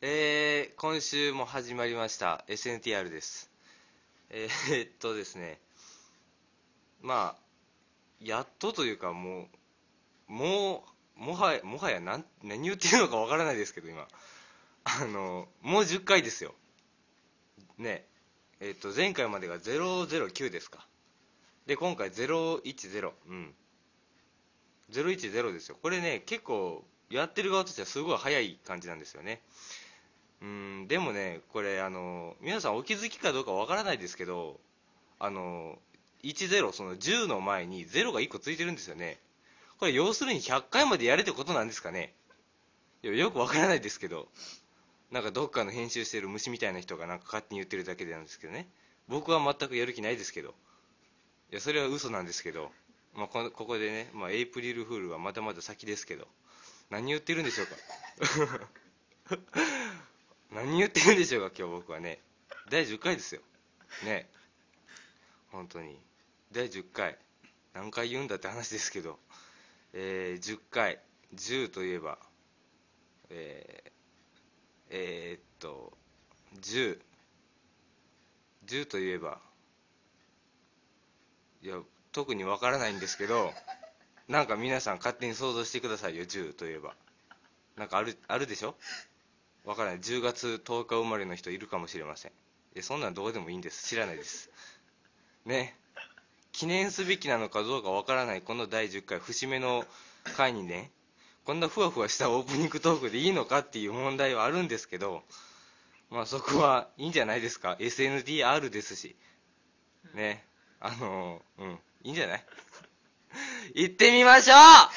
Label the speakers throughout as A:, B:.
A: えー今週も始まりました SNTR ですえーえっとですねまあやっとというかもうもうもはやもはやなん何言ってるのかわからないですけど今あのもう10回ですよねえっと前回までが009ですかで今回010うん010ですよこれね結構やってる側としてはすごい早い感じなんですよねうんでもねこれあの皆さんお気づきかどうかわからないですけどあの10その10の前に0が1個ついてるんですよねこれ要するに100回までやれってことなんですかねいやよくわからないですけどなんかどっかの編集してる虫みたいな人がなんか勝手に言ってるだけなんですけどね僕は全くやる気ないですけどいやそれは嘘なんですけど、まあ、このここでね、まあ、エイプリルフールはまだまだ先ですけど何言ってるんでしょうか 何言ってるんでしょうか今日僕はね第10回ですよね本当に第10回何回言うんだって話ですけど、えー10回10といえばえーえーっと1010といえばいや特にわからないんですけどなんか皆さん勝手に想像してくださいよ10といえばなんかあるあるでしょわからない10月10日生まれの人いるかもしれませんいやそんなんどうでもいいんです知らないです ね記念すべきなのかどうかわからないこの第10回節目の回にねこんなふわふわしたオープニングトークでいいのかっていう問題はあるんですけどまあそこはいいんじゃないですか SNDR ですしねあのうんいいんじゃない 行ってみましょ
B: 発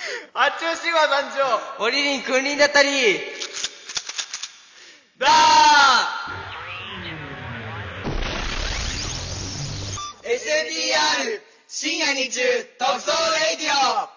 B: 注神話団長
A: うおりりん君臨だったり
B: だー !SNDR 深夜日中特捜レイディオ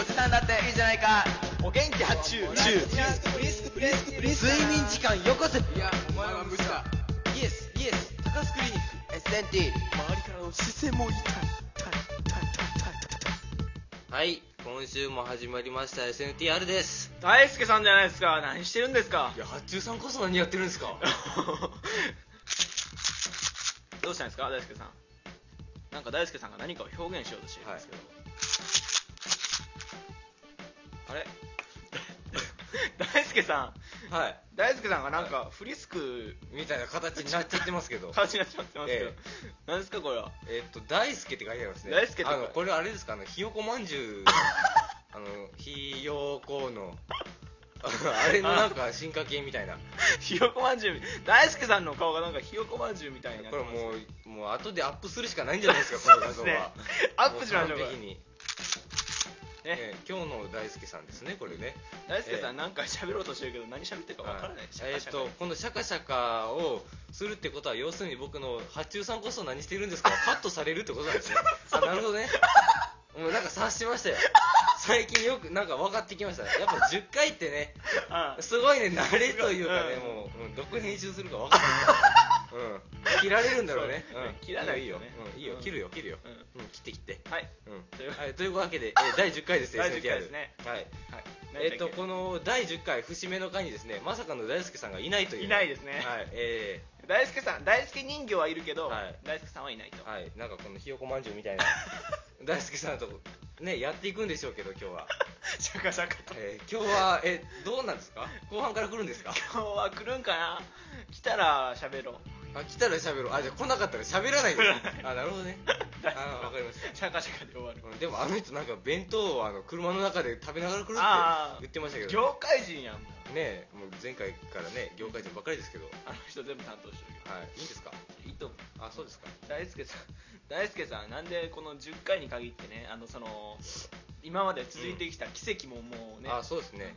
B: おじさんだっていいじゃないかお元気発注中睡眠時間よこせいやお前は無だイエスイエス高須クリニック SNT 周りからの視線も痛い
A: はい今週も始まりました SNTR です
B: 大輔さんじゃないですか何してるんですか
A: いや八中さんこそ何やってるんですか
B: どうしたんですか大輔さんなんか大輔さんが何かを表現しようとしてるんですけど、あれ 大輔さ
A: はい
B: ん大輔さんがなんかフリスク
A: みたいな形になっちゃってます けど
B: 感じになっちゃってますけど、
A: え
B: なんですかこれは
A: えっと大輔って書いてありますね
B: 大輔って書いてあ
A: あ
B: る
A: のこれあれですかあのひよこまんじ ゅうあのひよこの ああれのなんか進化系みたいな
B: ひよこまんじゅう大輔さんの顔がなんかひよこまんじゅうみたいになっ
A: こ
B: て
A: れ
B: ます
A: もうもう後でアップするしかないんじゃないですかこの画像
B: そう
A: は、
B: ですねアップしましょ
A: も
B: うこ
A: 完
B: れ
A: 璧に
B: ね
A: ええ今日の大輔さんですねこれね
B: 大輔さ
A: え
B: んなんか喋ろうとしてるけど何喋ってるか分からない
A: はい
B: シャ
A: え
B: カ
A: っ
B: シャカ
A: とこのシャカシャカをするってことは要するに僕の「八中さんこそ何してるんですか?」 カットされるってことなん ですねあなるほどねもうなんか察しましたよ最近よくなんか分かってきましたやっぱ10回ってね
B: あ
A: すごいね慣れというかね
B: うん
A: もう、うん、どこ編集するか分かんないうん切られるんだろうね
B: そう
A: うん
B: 切らない
A: いいよ
B: よね
A: うんいいよ
B: うん
A: 切るよ切るよ
B: うん
A: うん切って切って
B: はいと
A: う
B: い
A: ん
B: う
A: はいというわけでえー第10回です
B: 第10回
A: SNTR
B: ですね
A: はい
B: はい
A: えっと、この第10回節目の回にですねまさかの大輔さんがいないという、
B: いないですね
A: はいえ
B: 大輔さん大輔人形はいるけど、
A: はい
B: 大輔さんはいないと、
A: ーはいなんかこのひよこまんじゅうみたい な大輔さんとねやっていくんでしょうけど今日は、
B: シャカシャカと
A: えー今日はえどうなんですか後半から来るんですか
B: 今日は来るんかな来たら喋ろう
A: あ来たら喋ろうあじゃあ来なかったら喋らないです
B: 喋
A: あなるほどね
B: 大
A: あわかりまし
B: シャカシャカで終わる
A: たうんでもあの人なんか弁当をあの車の中で食べながら来るって
B: あー
A: 言ってましたけど
B: 業界人やんもう
A: ねもう前回からね業界人ばっかりですけどは
B: あの人全部担当してる
A: いいいんですか
B: けどいいと思う
A: あそうですか
B: 大輔さん大輔さんなんでこの10回に限ってねあのその今まで続いてきた奇跡ももうね、
A: あそうですね、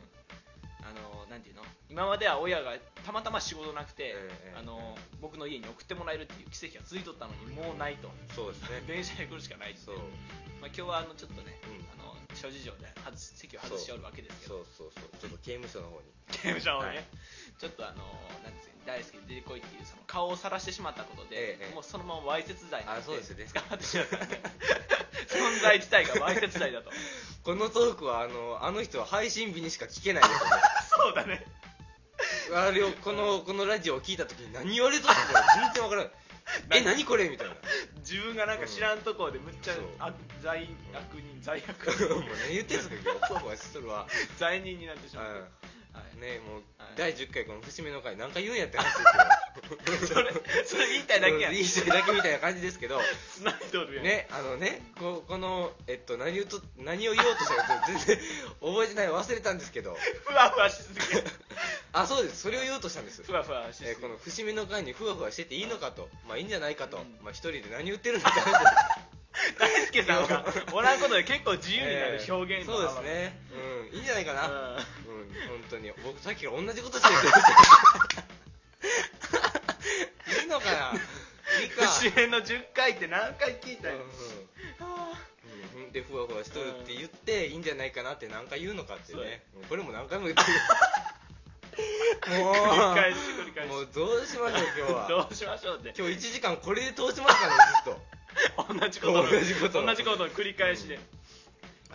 B: あのなんていうの今までは親がたまたま仕事なくて、
A: ええ
B: あ
A: え
B: の僕の家に送ってもらえるっていう奇跡が続いとったのにもうないと、
A: そうですね
B: 電車で来るしかないって
A: そう
B: まあ、今日はあのちょっとね、
A: う
B: あの諸事情で外す席を外しておるわけですけ
A: そ
B: ど
A: うそうそうちょっと刑務所の方に
B: 刑務所をね、
A: はい
B: ちょっとあのなんですかね大好きで出てこいっていうその顔を晒してしまったことで、
A: ええ
B: もうそのままわいせつ罪になって
A: あそうですね
B: 捕まってしまった 存在自体がわいせつ罪 だと
A: このトークはあのあの人は配信日にしか聞けないですよね
B: そうだね
A: あれをこのこのラジオを聞いた時に何言われとったのか全然わからないえ 何これみたいな
B: 自分がなんか知らんところでむっちゃ、
A: そう
B: あ罪悪人罪悪
A: もう
B: 人
A: 何言ってんすか今日怖いしとるわ
B: 罪人になってしまった、
A: うんねもう
B: はい
A: 第10回この節目の回何回言うんやって話です
B: そ
A: よ
B: れそれ言いたいだけやん
A: 言いたいだけみたいな感じですけど
B: 繋いどるやん
A: ねあのねここのえっと何をと何を言おうとしたか全然覚えてない忘れたんですけど
B: ふわふわしすぎる
A: あそうですそれを言おうとしたんです
B: ふわふわしすぎ
A: え
B: る
A: ーこの節目の回にふわふわしてていいのかとまあいいんじゃないかと
B: うん
A: まあ一人で何言ってるんだって話です
B: 大輔さんがおらんことで結構 自由になる
A: えー
B: 表現の
A: そう
B: 幅
A: ですねうんいいんじゃないかなうん本
B: うん
A: 当に僕さっきから同じことしてるいいのかないい か
B: 節目の10回って何回聞いたよ、
A: う
B: あ
A: んうんでふわふわしとるって言っていいんじゃないかなって何回言うのかって
B: そう
A: ねうんこれも何回も言ってるもう
B: 繰り返し繰り返し
A: もうどうしましょう今日
B: ー
A: は
B: どうしましょうって
A: 今日1時間これで通しますからねずっと
B: 同じことの
A: 同じことの
B: 同じことの繰り返しで、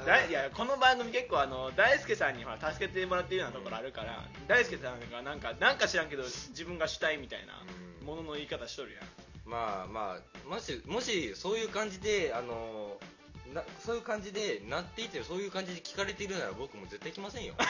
B: だいやこの番組結構あの大輔さんにほら助けてもらってるようなところあるから、大輔さんがなんかなんか知らんけど自分が主体みたいな
A: うん
B: ものの言い方しとるやん、
A: まあまあもしもしそういう感じであのなそういう感じでなっていてそういう感じで聞かれているなら僕も絶対来ませんよ本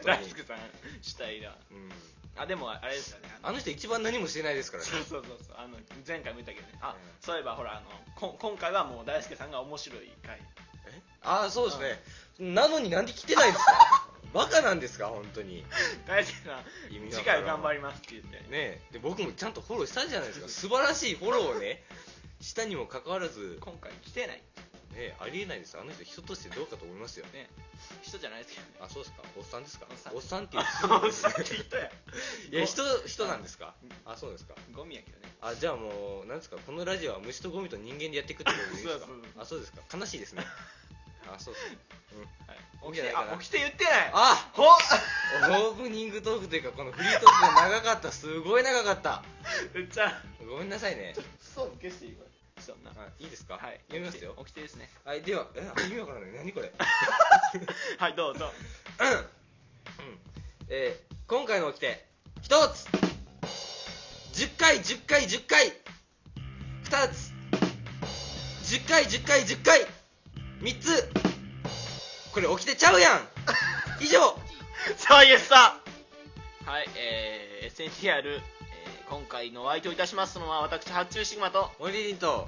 A: 当
B: 大
A: に
B: 輔さん主体だ
A: うん
B: あでもあれですよねあの
A: あの人一番何もしてないですからね
B: そうそうそうそうあの前回も言ったけどね
A: う
B: あ、
A: ん
B: そういえばほらあのこ今回はもう大輔さんが面白い回
A: えああそうですね、なのになんで来てないんですかバカなんですか本当に
B: 大輔さん
A: 意味わ
B: 次
A: からん
B: 回頑張りますって言って、
A: ねえで僕もちゃんとフォローしたじゃないですか素晴らしいフォローをねしたにもかかわらず、
B: 今回来てない
A: ねえ、ありえないですあの人人としてどうかと思いますよ
B: ね人じゃないですけどね
A: あそうですかおっさんですか
B: おっさん
A: おっさんっていう
B: おっさんって人や
A: いや人人なんですかあそうですか
B: ゴミやけどね
A: あじゃあもうなんですかこのラジオは虫とゴミと人間でやっていくってことでいいですか
B: そうそう
A: あそうですか悲しい ですねあそうですね、うん、
B: はい
A: ゴミ
B: 起き
A: やな
B: てあ起きて言ってない
A: あ
B: ほ
A: オープニングトークというかこのフリートークが長かったすごい長かった
B: めっちゃ
A: ごめんなさいね
B: そう消していいこれそんな
A: あいいですか、
B: はい
A: 読みますよ
B: 起きて起きてですね
A: はいではえ意味わからない何これ
B: はいどうぞ
A: うん、うんえー今回の起きて1つ10回10回10回2つ10回10回10回3つこれ起きてちゃう やん以上
B: そうイエスさはいえー、SNTR、えー、今回のお相手をいたしますのは私発注シグマと
A: 森林と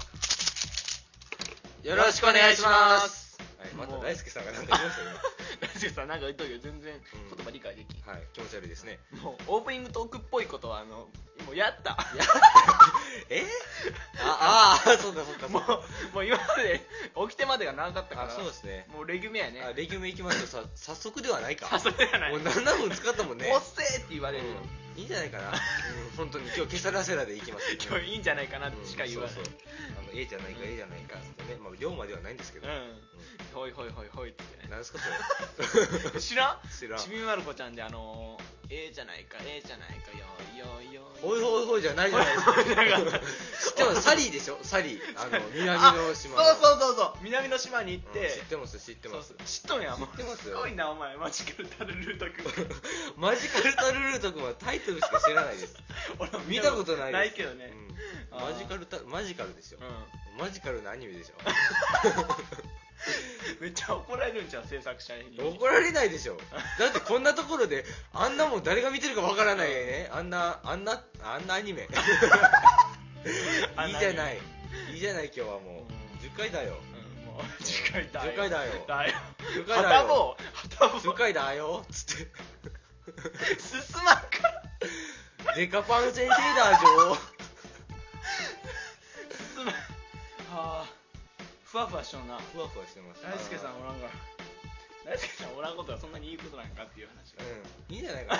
B: よろしくお願いします、
A: はい、また大輔さんが何か言いましたよね
B: 大輔さんなんか言っとるけど全然
A: うん
B: 言葉理解できん、
A: はい気持ち悪いですね
B: もうオープニングトークっぽいことはあのもうやった
A: えああーそうだそうだ
B: も
A: そううだ
B: もう今まで起きてまでが長かったか
A: あ
B: ら
A: そうですね
B: もうレギュメやね
A: あレギュメいきますよさ早速ではないか
B: あそれじゃな
A: も
B: いお
A: う7分使ったもんね
B: っせーって言われる、
A: うんいいんじゃないかな、うん、本当に今日ケサラセラでいきます
B: 今日いいんじゃないかなってしか言わない、
A: うんそうそうあの A じゃないか A じゃないかってね、まあ、龍馬ではないんですけど、
B: うん、ほいほいほいほいって
A: うん、
B: ね
A: なんですかそ れ
B: 知らん
A: 知らん
B: ちびまる子ちゃんであのー、ええじゃないかええじゃないかよいよいよ
A: おいおいおいじゃないじゃないですかでもサリーでしょサリーあの南の島の
B: あそうそうそうそう南の島に行っ
A: うん
B: て、
A: 知ってます知って
B: そう
A: ま
B: そ
A: す
B: う知っとんやもう
A: 知ってます
B: すごいなお前マジカルタルルート 君
A: マジカルタルルート君はタイトルしか知らないです
B: 俺も
A: 見たことないです
B: ないけどね、
A: うん
B: あー
A: マジカルタマジカルですよ、
B: う
A: マジカルなアニメでし
B: ん、めっちゃ怒られるんちゃう制作者に
A: ょ怒られないでしょだってこんなところであんなもん誰が見てるかわからないねあんなあんなあんなアニ メいい
B: あんなアニメ
A: じゃないいいじゃない今日はも
B: う
A: う10回だよ
B: うんもう10回だよ
A: 10回だよ
B: だよ
A: 10回だ
B: 旗棒
A: よ
B: 旗棒
A: 10回だよつって
B: 進まんから
A: デカパン先生だじょ
B: 進まんあーふわふわしとんな
A: ふわふわしてます
B: 大輔さんおらんから大輔さんおらんことはそんなにいいことなんかっていう話
A: うんいいんじゃないか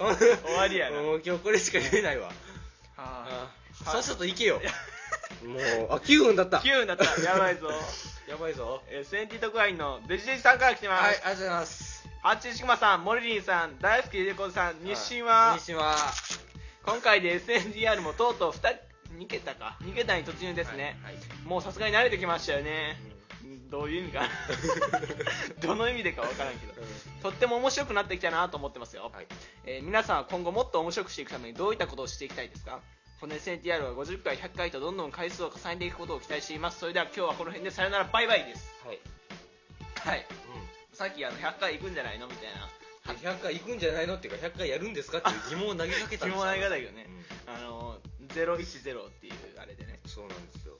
A: な
B: 終わりやな
A: もう今日これしか言えないわ
B: あー
A: さっさと行けよもうあ9分だった
B: あ9になったやばいぞ
A: やばいぞ
B: えーセンティ特派員のデジデジさんから来てます、
A: はいありがとうございます
B: ハッチーシグマさん、モリリンさん、大好きでこずさん、日清
A: い
B: は、
A: 西は
B: 今回で SNDR もとうとう 2, 2桁か、2桁に突入ですね。
A: はいはい
B: もうさすがに慣れてきましたよね。どういう意 味かどの意味でかわからんけど、とっても面白くなってきたなと思ってますよ、
A: はい
B: えー皆さんは今後もっと面白くしていくためにどういったことをしていきたいですかこの SNTR は50回100回とどんどん回数を重ねていくことを期待していますそれでは今日はこの辺でさよならバイバイです
A: はい
B: はいさっきあの100回行くんじゃないのみたいな
A: うん、100回行くんじゃないのっていうか100回やるんですかっていう疑問を投げかけたんで
B: 疑
A: すよ
B: 問投げ方だけどね、あの010っていうあれでね
A: うんそうなんですよ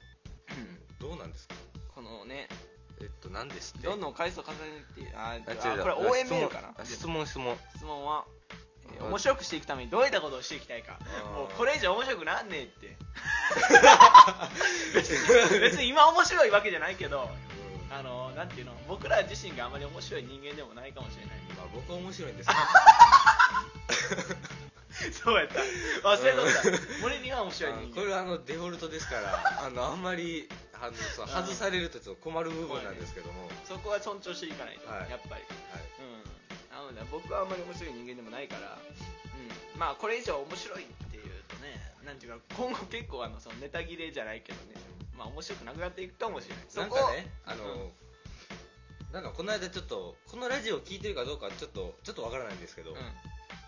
A: どうなんですか
B: このね
A: えっと何ですって
B: どんどん回数を重ねていってあ
A: あ違
B: ー
A: う違
B: あ
A: う
B: これ応援メールかな
A: あ質問質問
B: 質問は、えー
A: うん
B: 面白くしていくためにどういったことをしていきたいか
A: あー
B: もうこれ以上面白くなんねえって別に別に今面白いわけじゃないけど
A: うん
B: あのなんていうの僕ら自身があまり面白い人間でもないかもしれない
A: あ僕は面白いんですか
B: そうやった忘れとった
A: うん
B: 森には面白い人
A: こ
B: 間
A: れはあのデフォルトですからあ のあんまりあのそう
B: うん
A: 外されるとちょっと困る部分なんですけども、
B: そこは尊重していかないと、
A: はい
B: やっぱり
A: はい
B: うんなので僕はあんまり面白い人間でもないから、うん、まあこれ以上面白いっていうとねなんていうか今後結構あのそのネタ切れじゃないけどねまあ面白くなくなっていくかもしれないそ
A: なん
B: こ
A: かねあの、
B: うん
A: なんかこの間ちょっとこのラジオ聞いてるかどうかちょっとちょっとわからないんですけど、
B: うん、
A: ま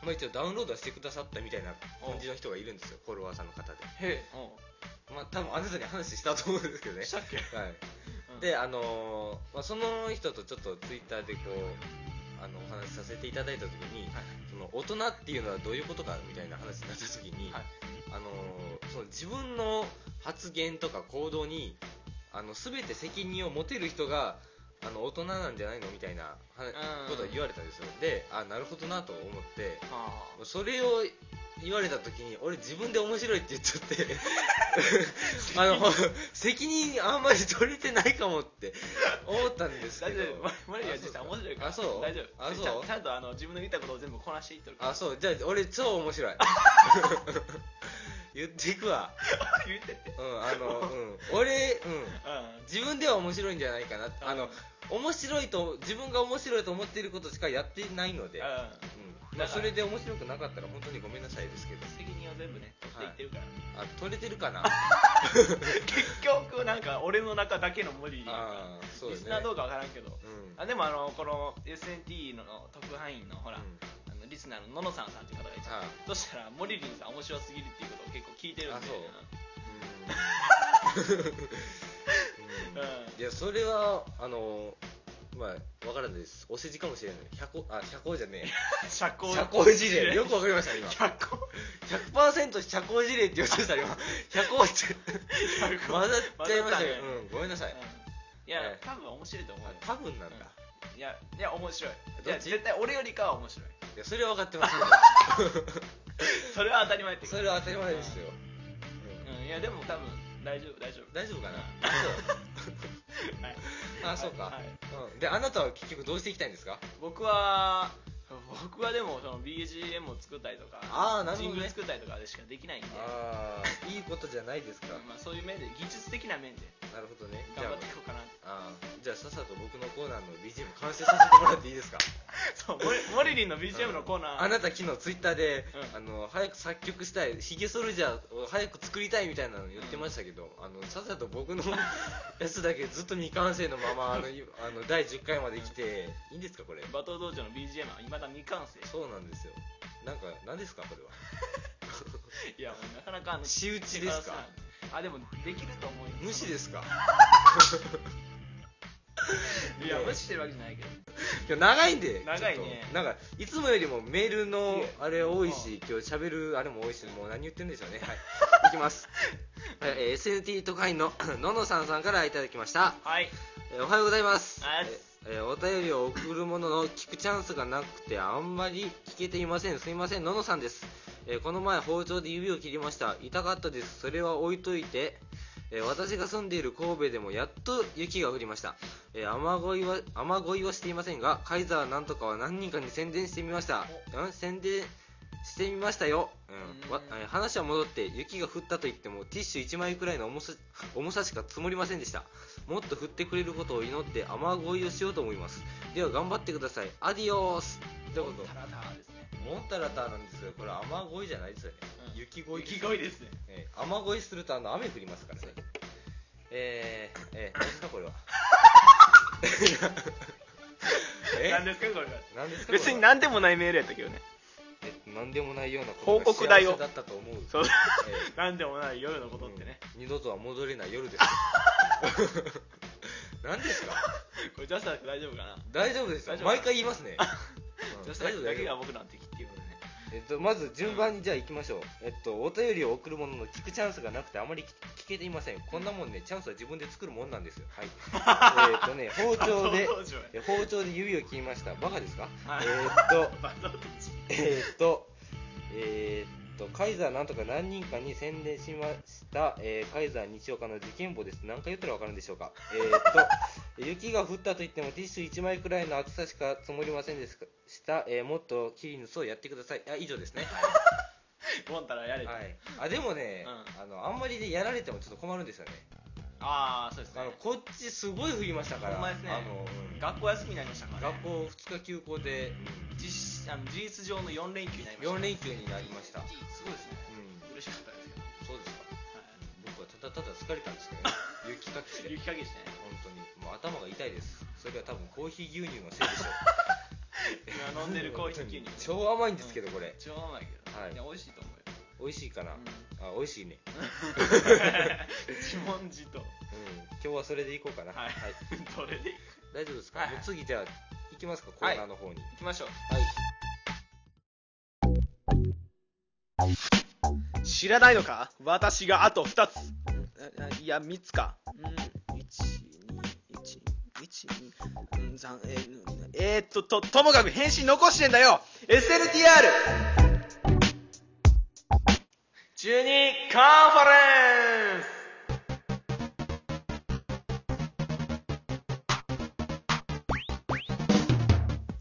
A: あ、一応ダウンロードはしてくださったみたいな感じの人がいるんですよフォロワーさんの方で
B: へえ
A: まあ多分あなたに話したと思うんですけど
B: う
A: ね
B: んしたっけ、
A: はい
B: うん
A: であのーまあ、その人とちょっとツイッターでこうあのお話しさせていただいた時に、
B: はい
A: その大人っていうのはどういうことかみたいな話になった時に、
B: はい
A: あのーその自分の発言とか行動にあの全て責任を持てる人があの大人なんじゃないのみたいなは
B: うん
A: ことを言われたんですよであなるほどなと思って
B: ああ
A: それを言われた時に俺自分で面白いって言っちゃって あの責任あんまり取れてないかもって思ったんですけ
B: 大
A: ど
B: 丈夫マリア実際面白いから
A: あそう
B: 大丈夫
A: あそう
B: ちゃんちゃんとあの自分の言ったことを全部こなしていっとるから
A: あそうじゃあ俺超面白い 言っていくわ
B: 言ってって
A: うんあの、うん、俺、うん、
B: う
A: 自分では面白いんじゃないかなって
B: うん
A: あの面白いと自分が面白いと思っていることしかやってないので、
B: ん、
A: う
B: うん
A: んま
B: だから
A: あ、それで面白くなかったら本当にごめんなさいですけど
B: 責任を全部ね取っていってるから、
A: あ取れてるか な
B: 結局なんか俺の中だけのモリリンが
A: ああそう
B: リ
A: です
B: ス
A: ね
B: ナーどうかわからんけど
A: うん
B: あでもあのこの SNT の特派員のほら、
A: うん
B: あのリスナーのののさんさんっていう方がいて
A: ああ
B: そしたらモリリンさん面白すぎるっていうことを結構聞いてるんで
A: あそううん
B: うん
A: いやそれはあのまあわからないですお世辞かもしれない百個あ百個じゃね
B: 社
A: え
B: 交
A: 社交辞令よくわかりました今
B: 社交
A: 100%社交辞令って言おうとしたら今 百個って
B: 交
A: 混ざっちゃいま したよ
B: 混ざったね
A: うんごめんなさい
B: いや、
A: ええ
B: 多分面白いと思う
A: あ
B: よ
A: 多分なんだ
B: いやいや面白いい
A: ど
B: や
A: っち
B: 絶対俺よりかは面白い
A: いやそれは分かってますよ
B: それは当たり前っていうか
A: それは当たり前ですよ
B: うんいやでも多分大丈夫大丈夫
A: 大丈夫かな
B: はい
A: そうあそうか
B: はいはい
A: うんであなたは結局どうしていきたいんですか
B: 僕は僕はでもその BGM を作ったりとか
A: あーなるほどね
B: ジングル作ったりとかでしかできないんで
A: ああいいことじゃないですか
B: うんまあ、そういう面で技術的な面で
A: なるほどねじゃ
B: 頑
A: あ
B: 張っていこうかなって
A: あーじゃあさっさと僕のコーナーの BGM 完成させてもらっていいですか
B: そうモリモリリンの BGM のコーナー
A: あなた昨日ツイッターで、
B: うん
A: あの早く作曲したいヒゲソルジャーを早く作りたいみたいなの言ってましたけど、あのさっさと 僕のやつだけずっと未完成のままあのいあの第10回まで来て、いいんですかこれ
B: バトル道場の BGM はいまだ未完成
A: そうなんですよなんか何ですかこれはい
B: やもうなかなかあの
A: 仕打ちですか
B: あでもできると思うよ
A: 無視ですか
B: いや無視してるわけじゃないけど
A: 今日長いんで
B: 長いね
A: ちょっとなんかいつもよりもメールの
B: いえ
A: あれ多いし今日喋るあれも多いしもう何言ってんでしょうね はいいきますえー SNT 特派員の ののさんさんからいただきました
B: はい
A: えーおはようございます
B: あっす
A: えーえーお便りを送るものの聞くチャンスがなくてあんまり聞けていませんすいませんののさんです、えーこの前包丁で指を切りました痛かったですそれは置いといて、えー私が住んでいる神戸でもやっと雪が降りました、えー雨乞いは雨乞いはしていませんがカイザーなんとかは何人かに宣伝してみましたん宣伝してみましたよ、
B: う
A: うんんわえー話は戻って雪が降ったと言ってもティッシュ1枚くらいの重さ重さしか積もりませんでしたもっと降ってくれることを祈って雨乞いをしようと思いますでは頑張ってくださいアディオースってこ
B: モ
A: と
B: ンタラターですね
A: モンタラターなんですけどこれ雨乞いじゃないですよね、
B: うん
A: 雪乞いです
B: 雪鯉ですね
A: えー雨乞いするとあの雨降りますからねえー、えー、何ですか これはえ
B: 何ですかこれは
A: 何ですかこれは
B: 別に何でもないメールやったけどね
A: え何でもないようなことが
B: 報告だよ
A: 幸せだったと思う
B: そう
A: えー
B: 何でもない夜のことってね
A: うん二度とは戻れない夜 です 何ですか
B: これジャスラック大丈夫かな
A: 大丈夫ですよ
B: 大丈夫
A: 毎回言いますね、うん
B: ジャスラックだけが
A: 大丈夫
B: 僕らの敵っていうことでね
A: えっと、まず順番にじゃあ行きましょう、えっと、お便りを送るものの聞くチャンスがなくてあまり聞けていませんこんなもんねチャンスは自分で作るもんなんですよはい えっとね包丁で
B: そうそう
A: え包丁で指を切りましたバカですか
B: はい
A: えーっと
B: バトルチ
A: えーっと、えーっと、カイザーなんとか何人かに宣伝しました、えーカイザー西岡の事件簿です。何回言ったらわかるんでしょうか。えーっと、 雪が降ったと言ってもティッシュ1枚くらいの厚さしか積もりませんでした。えーもっとキリヌスをやってください。あ、以上ですね。
B: モンタラやれ
A: は
B: て
A: い。あ、でもね、
B: う
A: あの、あんまりね、やられてもちょっと困るんですよね。
B: ああそうですね
A: あの、こっちすごい降りましたから。
B: ほんまですね
A: あの、うん
B: 学校休みになりましたからね
A: 学校2日休校で、
B: 実あの事実上の4連休になりました
A: 4連休になりました。うん。
B: すごいですね嬉しかったですけど、
A: そうですか。
B: は
A: 僕はただただ疲れたん ですけどね雪かきして
B: い、
A: 本
B: 雪かきしてね
A: 当にもう頭が痛いですそれは多分コーヒー牛乳のせいでしょ
B: 今飲んでるコーヒー牛
A: う
B: 乳
A: 超甘いんですけどこれ
B: 超甘いけど、
A: はい
B: や美味しいと思うよ
A: 美味しいかな、
B: うん
A: あ美味しいね、
B: 自問自答
A: うん、今日はそれでいこうかな
B: はいどれでい
A: 大丈夫ですか、
B: はい
A: もう次じゃあ行きますかコーナーの方に
B: きましょう
A: はい、
B: 知らないのか私があと2ついや3つかうん12123えー、っととともかく返信残してんだよ SNTR12 カンファレンス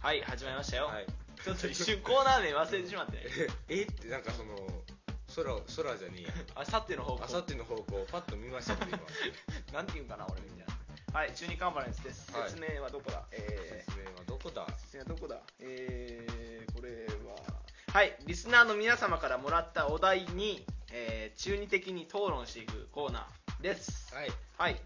B: はい始まりましたよ、
A: はい、
B: ちょっと一瞬コーナー名忘れてしまって
A: ええってなんかその空を空じゃねえや
B: あさっての方向
A: あさっての方向をパッと見ましたけど 今
B: なんていうんかな俺みたいなはい中二カンファレンスです、
A: はい
B: 説明はどこだえ
A: 説明はどこだ
B: ー、説明はどこだえー、これははいリスナーの皆様からもらったお題に、えー、中二的に討論していくコーナーです
A: はい
B: はい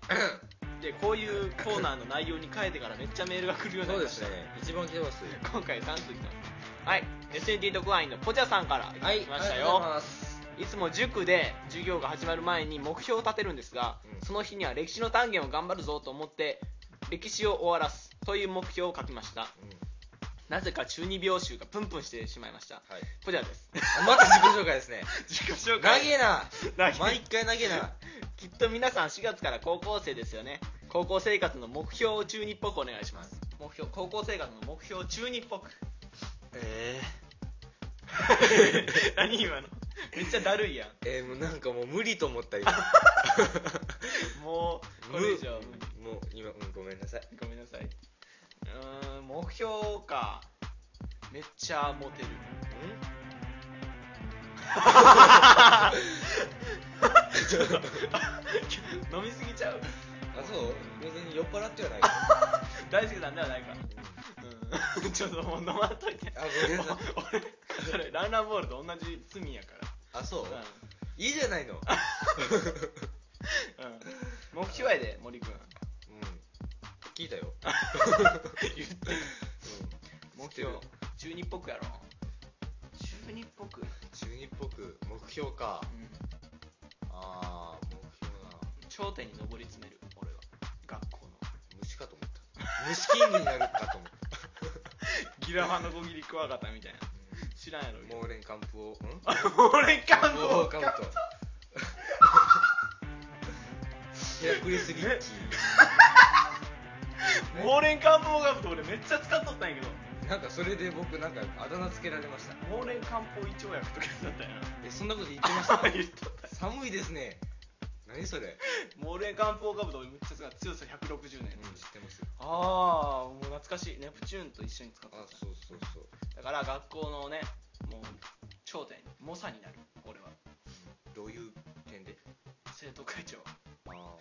B: でこういうコーナーの内容に変えてからめっちゃメールが来るように
A: そ
B: な
A: う
B: り
A: で
B: まし
A: す
B: た
A: ね一番来てます
B: 今回3通来たはい SNT 特派員のポチャさんからいただきまし
A: あ
B: たよ、
A: りがとうございます
B: いつも塾で授業が始まる前に目標を立てるんですが、
A: うん
B: その日には歴史の単元を頑張るぞと思って歴史を終わらすという目標を書きました
A: うん
B: なぜか中二病臭がプンプンしてしまいました
A: はい
B: こちらです
A: あまた自己紹介 ですね
B: 自己紹
A: 長え な
B: 長え
A: 毎回長えな
B: きっと皆さん4月から高校生ですよね高校生活の目標を中二っぽくお願いします目標高校生活の目標を中二っ ぽく
A: え
B: 何今のめっちゃだるいやん
A: ー、えー、もうなんかもう無理と思った 今
B: もうこれ以上は無理
A: 無もう今、うん、ごめんなさい
B: ごめんなさい。うーん、目標か。めっちゃモテる。ちょっと、飲みすぎちゃう。
A: あそう別に酔っ払ってはない
B: 大好きなんではないか。うん、 ちょっともう飲まんといて。
A: あごめんなさい
B: お俺、それ、ランランボールと同じ罪やから。
A: あそう、
B: う
A: いいじゃないのうん
B: ん。うん、目標やで、森君。
A: 聞いた よ、
B: 言って。目標。中二っぽくやろ。中二っぽく。
A: うん、中二っぽく目標かああ目標な
B: 頂点に上り詰める俺は学校の
A: 虫かと思 った虫キングになるかと思っ
B: ギラファのゴギリクワガタみたいな知らんやろ
A: た猛烈完封をうん
B: 俺 感動
A: カウントヘラクレスリッキ
B: 猛練漢方学と俺めっちゃ使っとったんやけど
A: ーなんかそれで僕なんかあだ名つけられました
B: 猛練漢方胃腸薬とかだったんや
A: えそんなこと言ってました
B: な言っとった
A: 寒いですね何それ、
B: 猛練漢方学と俺めっちゃ使った強さ160年、
A: うん、知ってますよ
B: ああもう懐かしいネプチューンと一緒に使っ
A: あ
B: とった
A: そうそうそう
B: だから学校のねもう正体の猛者になる俺は
A: どういう点で
B: 生徒会長
A: あ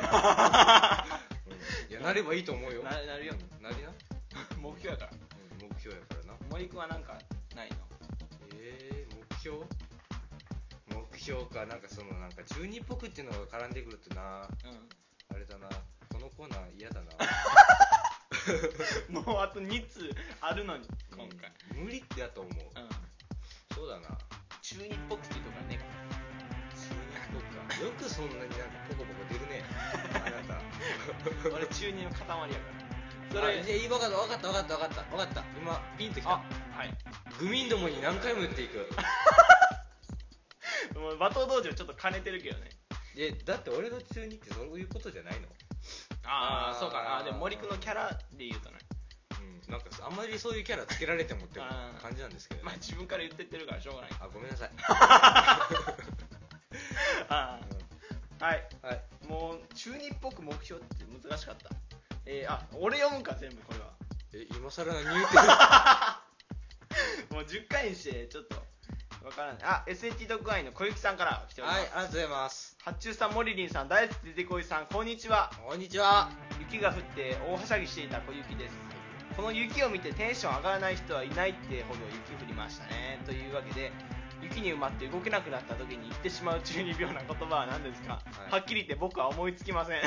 A: あいやなればいいと思うよ
B: ななるように
A: なりな、
B: 目標やから
A: うん、目標やからな
B: 森君はなんかないの
A: えー、目標目標かなんかそのなんか中二っぽくっていうのが絡んでくるとなあれだなこのコーナー嫌だ な
B: うんもうあと2通あるのに今回
A: うん無理だと思う
B: うん
A: そうだな
B: 中二っぽくてとかね
A: 中二っぽくかよくそんなになんかポコポコ出るねあなた
B: 俺中二の塊や から
A: そ
B: そ
A: れ
B: れ
A: いや今から分かった分かった分かった分かった今ピンときた
B: あはい
A: グミンどもに何回も言っていく
B: もう馬頭道場ちょっと兼ねてるけどね
A: えだって俺の中二ってそういうことじゃないの
B: あ
A: あー
B: あそうかなあでも森君のキャラで言うとね
A: うんなんかあんまりそういうキャラつけられてもって
B: あー
A: 感じなんですけど
B: まあ
A: ね
B: 自分から言ってってるからしょう がない
A: あごめんな さい、
B: あーはい
A: はい
B: もう中二っぽく目標って難しかったえー、あ俺読むか全部これ は
A: え今更何言うてるは
B: もう10回にしてちょっとわからないあ SAT 特派員の小雪さんから来て
A: い
B: おります、
A: ありがとうございます
B: 八中さんモリリンさん大好き出てこいさんこんにちは
A: こんにちは
B: 雪が降って大はしゃぎしていた小雪ですこの雪を見てテンション上がらない人はいないってほど雪降りましたねというわけで雪に埋まって動けなくなった時に言ってしまう中二病な言葉は何ですか、
A: はい
B: はっきり言って僕は思いつきません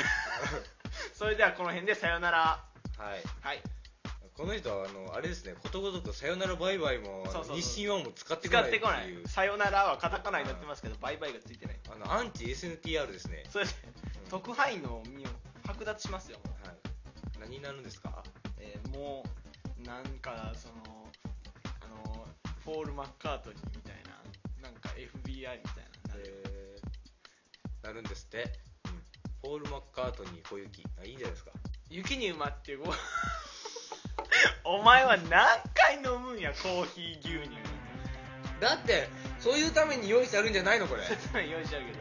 B: それではこの辺でさよなら
A: はい
B: はい
A: この人はあのあれですねことごとく「さよならバイバイも」
B: そうそうそう
A: 日清はもう使ってこ
B: 使
A: ない
B: っ
A: って
B: てこない
A: いう
B: さよならはカタカナになってますけどバイバイがついてない
A: あのアンチ SNTR ですね、
B: それで
A: うん
B: 特派員の身を剥奪しますよ、
A: はい、何になるんですか
B: えーもうなんかそのあのポール・マッカートニーみたいななんか FBI みたいななるよ
A: えーなるんですって、ポール・マッカートニー小雪あいいんじゃないですか
B: 雪に埋まってご お前は何回飲むんやコーヒー牛乳
A: だってそういうために用意してあるんじゃない のこれ
B: 説明用意しちゃうけど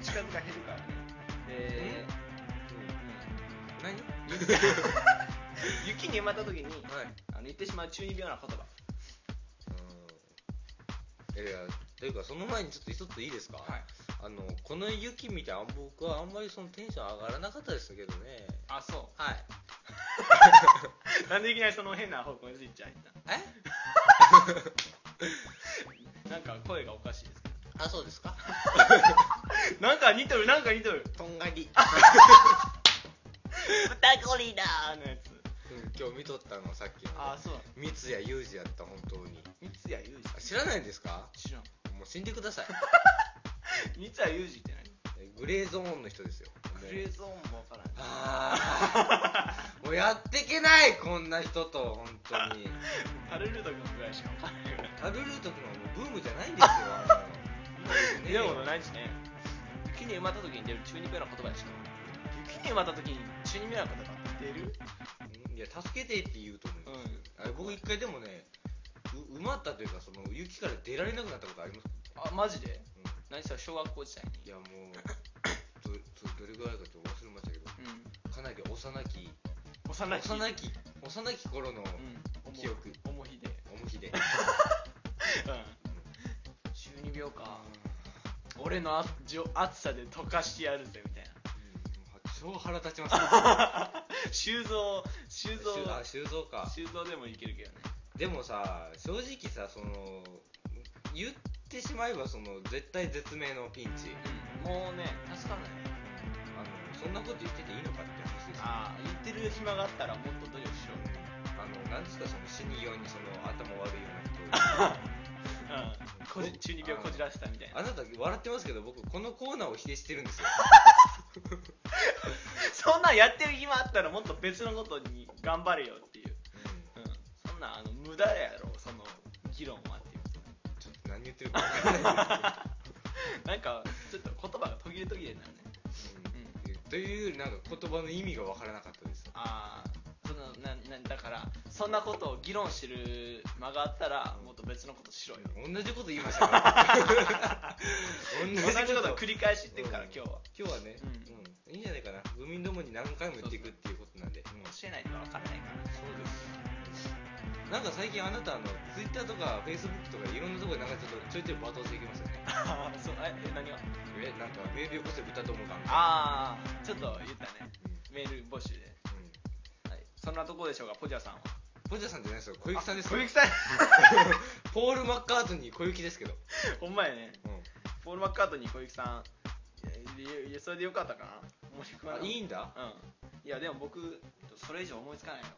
B: 口数が減るからねで、
A: 何
B: うん雪に埋まった時に
A: はい
B: あの言ってしまう中二病な言葉
A: うんいやというかその前にちょっと一ついいですか、
B: はい
A: あのこの雪見てあん僕はあんまりそのテンション上がらなかったですけどね
B: あそ
A: はいう
B: なんでいきなりその変な方向についちゃった
A: え
B: なんか声がおかしいですけ
A: あそうですか
B: どなんか似とるなんか似とる
A: とんがり、
B: 豚ゴリラのやつ
A: うん今日見とったのさっきの
B: あそう
A: 三谷裕二やった本当に
B: 三ツ矢裕
A: あ知らないんですか
B: 二知らん
A: もう死んでく ださい
B: 三ツ矢裕二って
A: えグレーゾーンの人ですよ
B: 何グレーゾーンもわからん
A: あーもうやってけないこんな人と本当 に
B: タルルト君ぐらいしかわからんよ
A: タルルート君はもうブームじゃないんですよあの
B: 見たことないしね雪に埋まった時に出る中二病な言葉でしょ雪に埋まった時に中二病な言葉って出る
A: いや助けてって言うと思
B: う
A: う、
B: ん
A: あれ僕一回でもねう埋まったというかその雪から出られなくなったことあります、
B: あマジで
A: うん
B: 何それ小学校時代
A: い
B: に
A: やもうどどどれぐらいかちょっと忘れましたけど
B: うん
A: かなり幼き
B: 幼き
A: 幼き幼き頃の
B: うん
A: 記憶
B: 重ひで
A: 重ひで、
B: うん中二病か俺のあじょ暑さで溶かしてやるぜみたいな
A: 超腹立ちました
B: 修造修造
A: あ修造か
B: 修造でもいけるけどね
A: でもさ正直さその言ってしまえばその絶対絶命のピンチ
B: もうね助からない
A: あのそんなこと言ってていいのかって話ですよ
B: ああ言ってる暇があったらもっと努力しよ
A: あの何ですかその死にようにその頭悪いようなこ
B: ううんこじ中二病こじらせたみたい
A: とをあ
B: な
A: なた笑ってますけど僕このコーナーを否定してるんですよ
B: そんなんやってる暇あったらもっと別のことに頑張れよっていう、
A: うん
B: そんなんあの無駄やろその議論はっていう
A: ちょっと何言ってるか分からない
B: なんかちょっと言葉が途切れ途切れになるね
A: ですけど、うん、というよりなんか言葉の意味が分からなかったです
B: ああそのななだからそんなことを議論してる間があったらもっと別のことしろよ
A: 同じこと言いましたから同
B: 同じことを繰り返し言ってるから
A: うん
B: 今日は
A: 今日はね、
B: う
A: うんいいんじゃないかな愚民どもに何回も言っていくっていうことなんでうん
B: 教えないとわからないから
A: そうですなんか最近あなたあのツイッターとかフェイスブックとかいろんなところでなんかちょっとちょいちょい罵倒していきますよね
B: ああ そうええ何が
A: えなんか名病こそ豚ともがん
B: ああちょっと言ったねメール募集で、
A: うん
B: はい、そんなとこでしょうかポジャさんは
A: ポジャさんじゃないですよ小雪さんです
B: 小
A: よ
B: 雪さん
A: ポール・マッカートニー小雪ですけど、
B: ほんまやね
A: うん
B: ポール・マッカートニー小雪さんいやいやそれでよかったかな思いつかな
A: あいいんだ
B: うんいやでも僕それ以上思いつかないの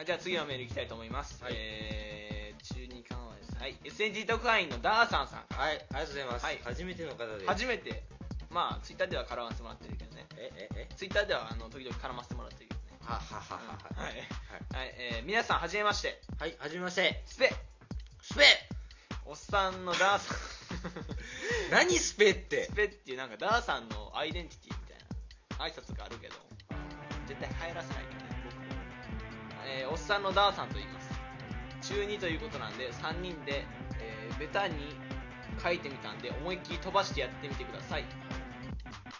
B: あじゃあ次のメールいきたいと思います、
A: はい
B: えー、中二緩和ですはい SNG 特派員のダーサンさん
A: はいありがとうございます、
B: はい
A: 初めての方で
B: 初めてまあツイッターでは絡ませてもらってるけどね
A: えええ
B: ツイッターではあの時々絡ませてもらってるけどね
A: ははははは
B: はい、はいえー皆さんはじめまして
A: はいはじめまして
B: スペ
A: スペ
B: おっさんのダーさん
A: 何スペって
B: スペっていうなんかダーさんのアイデンティティみたいな挨拶があるけど絶対入らせないけどね僕も、えーおっさんのダーさんと言います中2ということなんで3人で、えーベタに書いてみたんで思いっきり飛ばしてやってみてください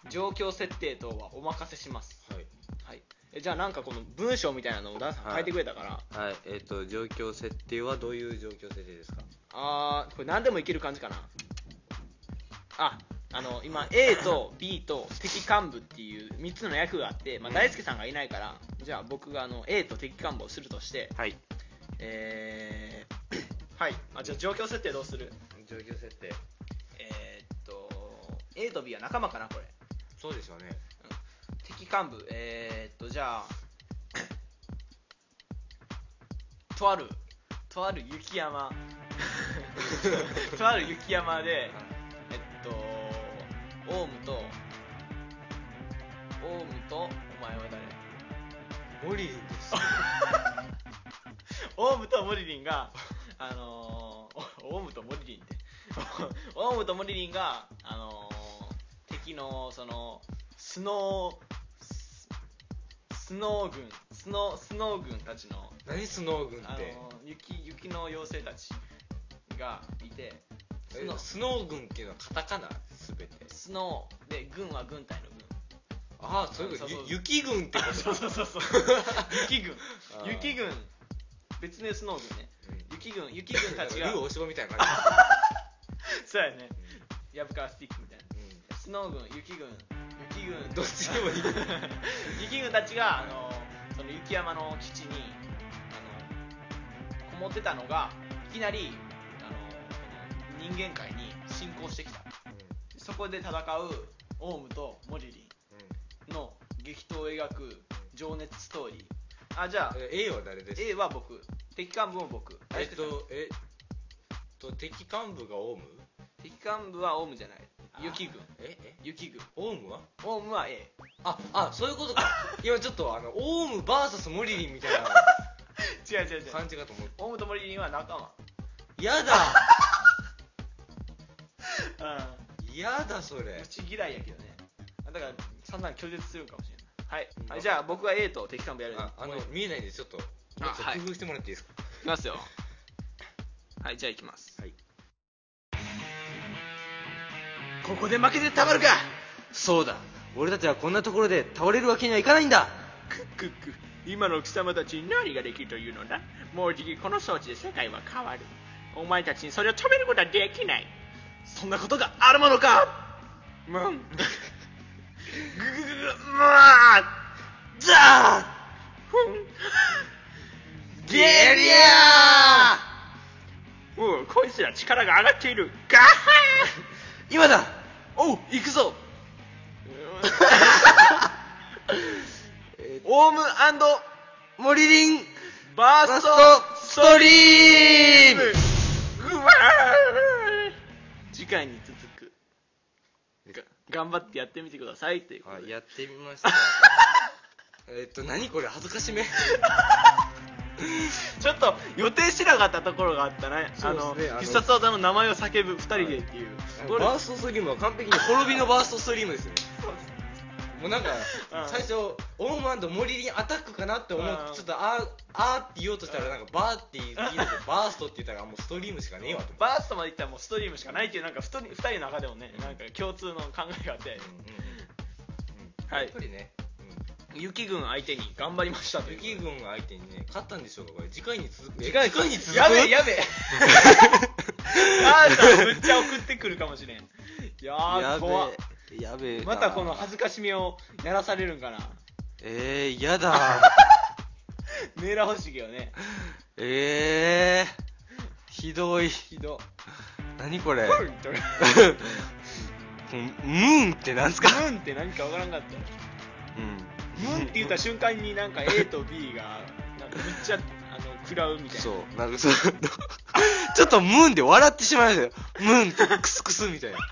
B: 状況設定等はお任せします、
A: はい
B: はい、えじゃあなんかこの文章みたいなのをダーさん書いてくれたから、
A: はいえっ、と状況設定はどういう状況設定ですか
B: あーこれ何でもいける感じかなああの今 A と B と敵幹部っていう3つの役があって、まあ、
A: うん
B: 大輔さんがいないから、じゃあ僕があの A と敵幹部をするとして
A: はい
B: えー はいあじゃあ状況設定どうする
A: 状況設定
B: えーっと A と B は仲間かなこれ
A: そうでしょうね
B: 敵幹部えーっとじゃあ とあるとある雪山 とある雪山でえっとオウムとオウムとお前は誰
A: モリリン です
B: オウムとモリリン があのー おオウムとモリリンってオウムとモリリンがあのー敵のそのスノーススノー軍スノースノー軍たちの
A: 何スノー軍っ
B: あの
A: て
B: ー雪雪の妖精たちがいてス
A: え
B: ノー
A: スノー軍っていうのはカタカナすべて
B: スノーで軍は軍隊の軍
A: ああそういうこ
B: そう
A: と
B: そう
A: ゆ雪軍ってこ
B: あ
A: と
B: そうそうそうそう雪軍
A: あー
B: 雪軍別名スノー軍ね
A: うん
B: 雪軍雪軍たちが
A: なんかルー大城みたいな感
B: そうやねヤブカースティックみたいな
A: じ、うん
B: スノー軍雪軍雪軍
A: どっちでもいい
B: 雪軍たちがあのその雪山の基地にあのこもってたのがいきなりあのこの人間界に侵攻してきたそこで戦うオウムとモリリンの激闘を描く情熱ストーリーあじゃあ
A: うんうんえ A は誰です
B: A は僕敵幹部も僕
A: えっとえっと敵幹部がオウム
B: 敵幹部はオウムじゃない雪軍
A: ええ
B: 雪軍
A: オウムは
B: オウムは A
A: ああそういうことか 今ちょっとあのオウム VS モリリンみたいな
B: 違う違う違う
A: 感じかと思って
B: オウムとモリリンは仲間
A: やだ
B: う
A: やだそれ
B: 口嫌いやけどねだから散々拒絶するかもしれないはい、
A: うん
B: はい、じゃあ僕は A と敵幹部やるんで
A: ああの
B: もう
A: 見えないんでちょっともうちょっと
B: はい
A: 工夫してもらっていいですか
B: いきますよはいじゃあいきます、
A: はい
B: ここで負けてたまるか
A: そうだ俺たちはこんなところで倒れるわけにはいかないんだ
B: クックック今の貴様たちに何ができるというのだもうじきこの装置で世界は変わるお前たちにそれを止めることはできないそんなことがあるものかむんぐぐぐぐぐむあザーふんゲリアーおうこいつら力が上がっているガッハー今だおう行く ぞオウム
A: モリリン
B: バー
A: ラ
B: ス
A: ス
B: ト
A: トストリーム
B: うわー次回に続くが頑張ってやってみてくださいということ
A: あ
B: で
A: やってみました えっと何これ恥ずかしめ
B: ちょっと予定しなかったところがあったね
A: そうですね
B: あ
A: あの
B: の必殺技の名前を叫ぶ2人でっていう、 これ
A: バーストストリームは完璧に滅びのバーストストリームですよねもうなんか
B: ん
A: 最初オウムモリリンアタックかなって思っ
B: うん
A: てちょっとあーあーって言おうとしたらなんかバーって言い出して バーストって言ったらもうストリームしかねえわと思
B: バーストまでいったらもうストリームしかないっていうなんか 2, 人二人の中でもねなんか共通の考えがあって
A: って、うんうんうん
B: はい
A: やっぱりね、うん
B: 雪軍相手に頑張りましたという
A: 雪軍が相手にね勝ったんでしょうかこれ次回に続く
B: 次回
A: えに続く
B: やべ えやべえあーさんむっちゃ送ってくるかもしれんいやー
A: やべ
B: 怖っ
A: えやべえな
B: またこの恥ずかしみをやらされるんかな
A: えー、 やだ
B: メーラー欲しいけどね
A: えー、ひどい
B: ひど
A: 何これ
B: ふんとか
A: うんってなんすか
B: ムンって何かわからんかったよ
A: うん
B: ムンって言った瞬間になんか A と B がなんかめっちゃあの食らうみたいな
A: そうなんかそうちょっとムンで笑ってしまいましたよムンってクスクスみたい なね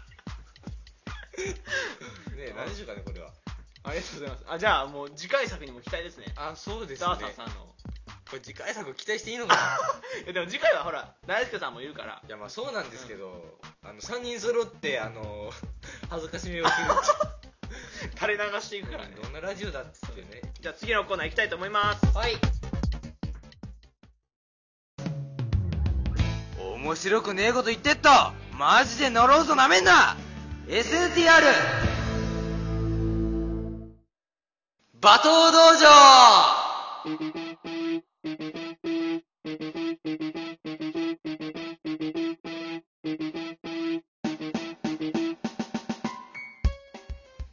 A: え何でしょうかねこれは
B: ありがとうございますあじゃあもう次回作にも期待ですね
A: あそうですね
B: ダーサさんの
A: これ次回作期待していいのか な
B: いやでも次回はほら大輔さんもいるから
A: いやまあそうなんですけど、あの3人揃ってあの恥ずかしみを受ける
B: 垂れ流していくからね
A: どんなラジオだっつってね
B: じゃあ次のコーナー行きたいと思います
A: はい面白くねえこと言ってっとマジで呪うぞなめんな SNTR 馬頭道場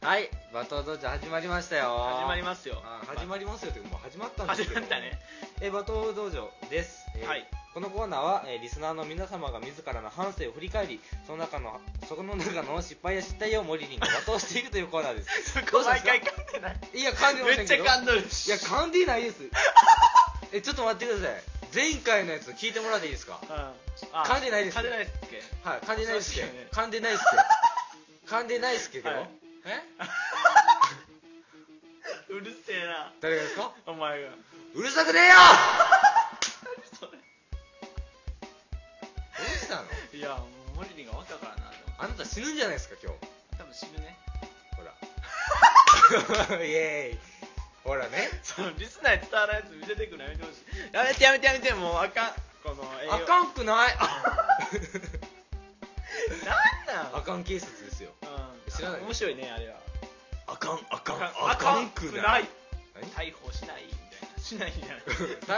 A: はい馬頭道場始まりましたよ
B: 始まりますよ
A: あ始まりますよっていうかもう始まったんです
B: 始
A: けど
B: まったね
A: えー馬頭道場です、えー
B: はい
A: このコーナーは、えーリスナーの皆様が自らの反省を振り返りその中のその中の失敗や失態をモリリンが罵倒していくというコーナーです
B: そ
A: どうし
B: こ
A: たん
B: 毎
A: ですか
B: 回噛んでない
A: いや噛んでませ
B: め
A: ん
B: っち
A: け
B: ゃ
A: ど
B: 噛んどるし
A: いや噛んでないですえちょっと待ってください前回のやつ聞いてもらっていいですか
B: うんあ
A: 噛んでないです
B: 噛んでないですっけ
A: はい噛んでないっすけど
B: そうですよね
A: 噛んでないっすけど噛んでないっすけど、
B: はい
A: え
B: うるせえな
A: 誰がですか
B: お前が
A: うるさくねえよ
B: それ
A: どうしたの
B: いやもうモリリンが若からなでも
A: あなた死ぬんじゃないですか今日
B: 多分死ぬね
A: ほらイエーイほらね
B: そのリスナーに伝わらないやつ見せてくのやめてほしいやめてやめてやめてもうあかんこの栄養
A: あかんくない
B: なんなん
A: あかん警察ですよ
B: うん
A: 知らない
B: 面白いねあれは
A: あかんあかん
B: あかんくない
A: 何
B: 逮捕しないみたいなしないじゃ な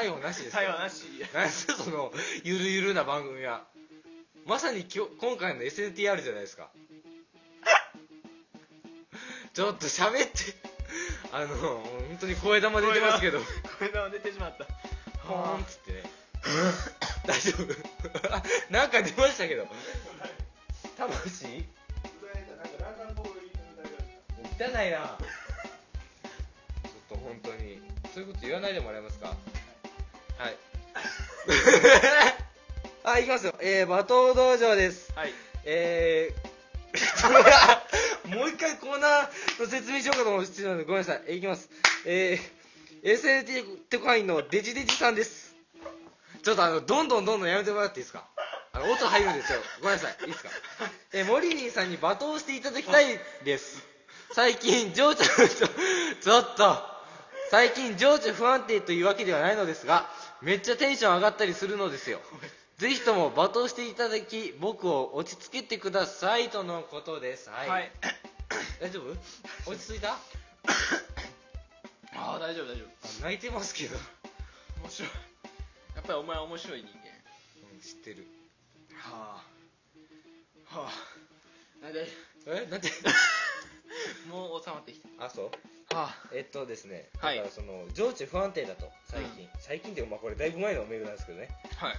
B: い
A: 逮捕なしですか
B: 逮捕なし
A: 何ですかそのゆるゆるな番組はまさに今日今回の SNTR じゃないですかちょっと喋ってあの本当に声玉出てますけど
B: これが出てしまった
A: ポーンっつってね大丈夫 なんか出ましたけど魂汚いなちょっと本当にそういうこと言わないで もらえますかはいあいきますよえー、馬頭道場です
B: はい
A: えー、 もう一回コーナーの説明しようかと思ってたのでごめんなさい、えーいきますえー、SNT テコハインのデジデジさんですちょっとあのどんどんどんどんやめてもらっていいですかあの音入るんですよごめんなさいいいですかえー、モリリンさんに罵倒していただきたいです最近情緒 ちょっと最近情緒不安定というわけではないのですがめっちゃテンション上がったりするのですよぜひとも罵倒していただき僕を落ち着けてくださいとのことですはい、
B: はい
A: 大丈夫落ち着いた あ
B: ああ大丈夫大丈夫
A: 泣いてますけど、
B: 面白いやっぱりお前は面白い人間
A: うん、知ってる
B: はあはあなんで
A: えなんて
B: もう収まってき
A: あそう
B: たはあ
A: えっとですね、
B: はい
A: だからその情緒不安定だと最近、最近っていうかまあこれだいぶ前のメールなんですけどね
B: はい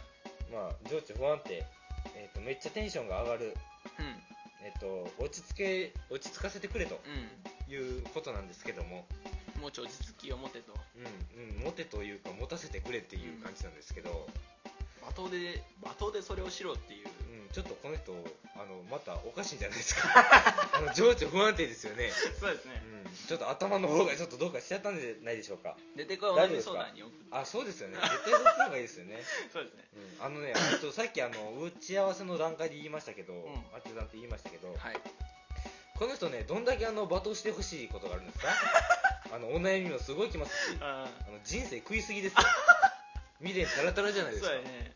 A: まあ情緒不安定えっとめっちゃテンションが上がる
B: う
A: えっと落ち着け落ち着かせてくれと
B: ん
A: いうことなんですけども
B: うんもうちょ落ち着きを持てと
A: うんうん持てというか持たせてくれっていう感じなんですけど、
B: 罵倒で罵倒でそれをしろっていう
A: うん、ちょっとこの人あのまたおかしいんじゃないです かあの情緒不安定ですよね、
B: そうです
A: う
B: ね
A: ん、ちょっと頭の方がちょっとどうかしちゃったんじゃないでしょうか
B: 出てこいお
A: 大丈夫で
B: 悩み
A: すか
B: 相談に送る
A: あそうですよね絶対そっちの方がいいですよね、
B: そうですね
A: うん、あのねあとさっきあの打ち合わせの段階で言いましたけど、
B: ん
A: あってなんて言いましたけど、
B: はい
A: この人ねどんだけあの罵倒してほしいことがあるんです かあのお悩みもすごいきますし
B: あ
A: あの人生食いすぎです よ未練タラタラじゃない
B: あ
A: です
B: そ
A: か
B: うやね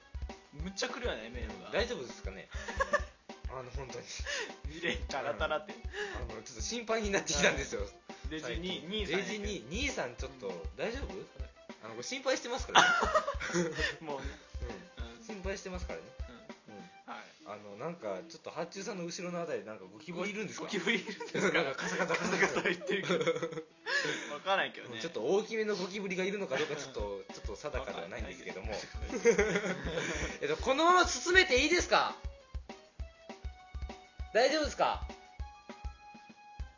B: むっちゃ来るよねメールが
A: 大丈夫ですかねあの本当に
B: 未練タラタラって
A: あのちょっと心配になってきたんですよ
B: レジに兄
A: レ
B: さんやけ
A: ジ
B: ど
A: に兄さんちょっと大丈夫あのこれ心配してます からね、
B: もうね
A: うん、心配してますからね、
B: うん
A: う
B: はい
A: ん、あのなんかちょっと発注さんの後ろのあたりなんかゴキブリいるんですか
B: ゴキブリいるんですか
A: なんかカサカサカサカサ
B: 言ってるけど分からないけどね
A: ちょっと大きめのゴキブリがいるのかどうかちょっとちょっと定かではないんですけども、 えっと、このまま進めていいですか大丈夫ですか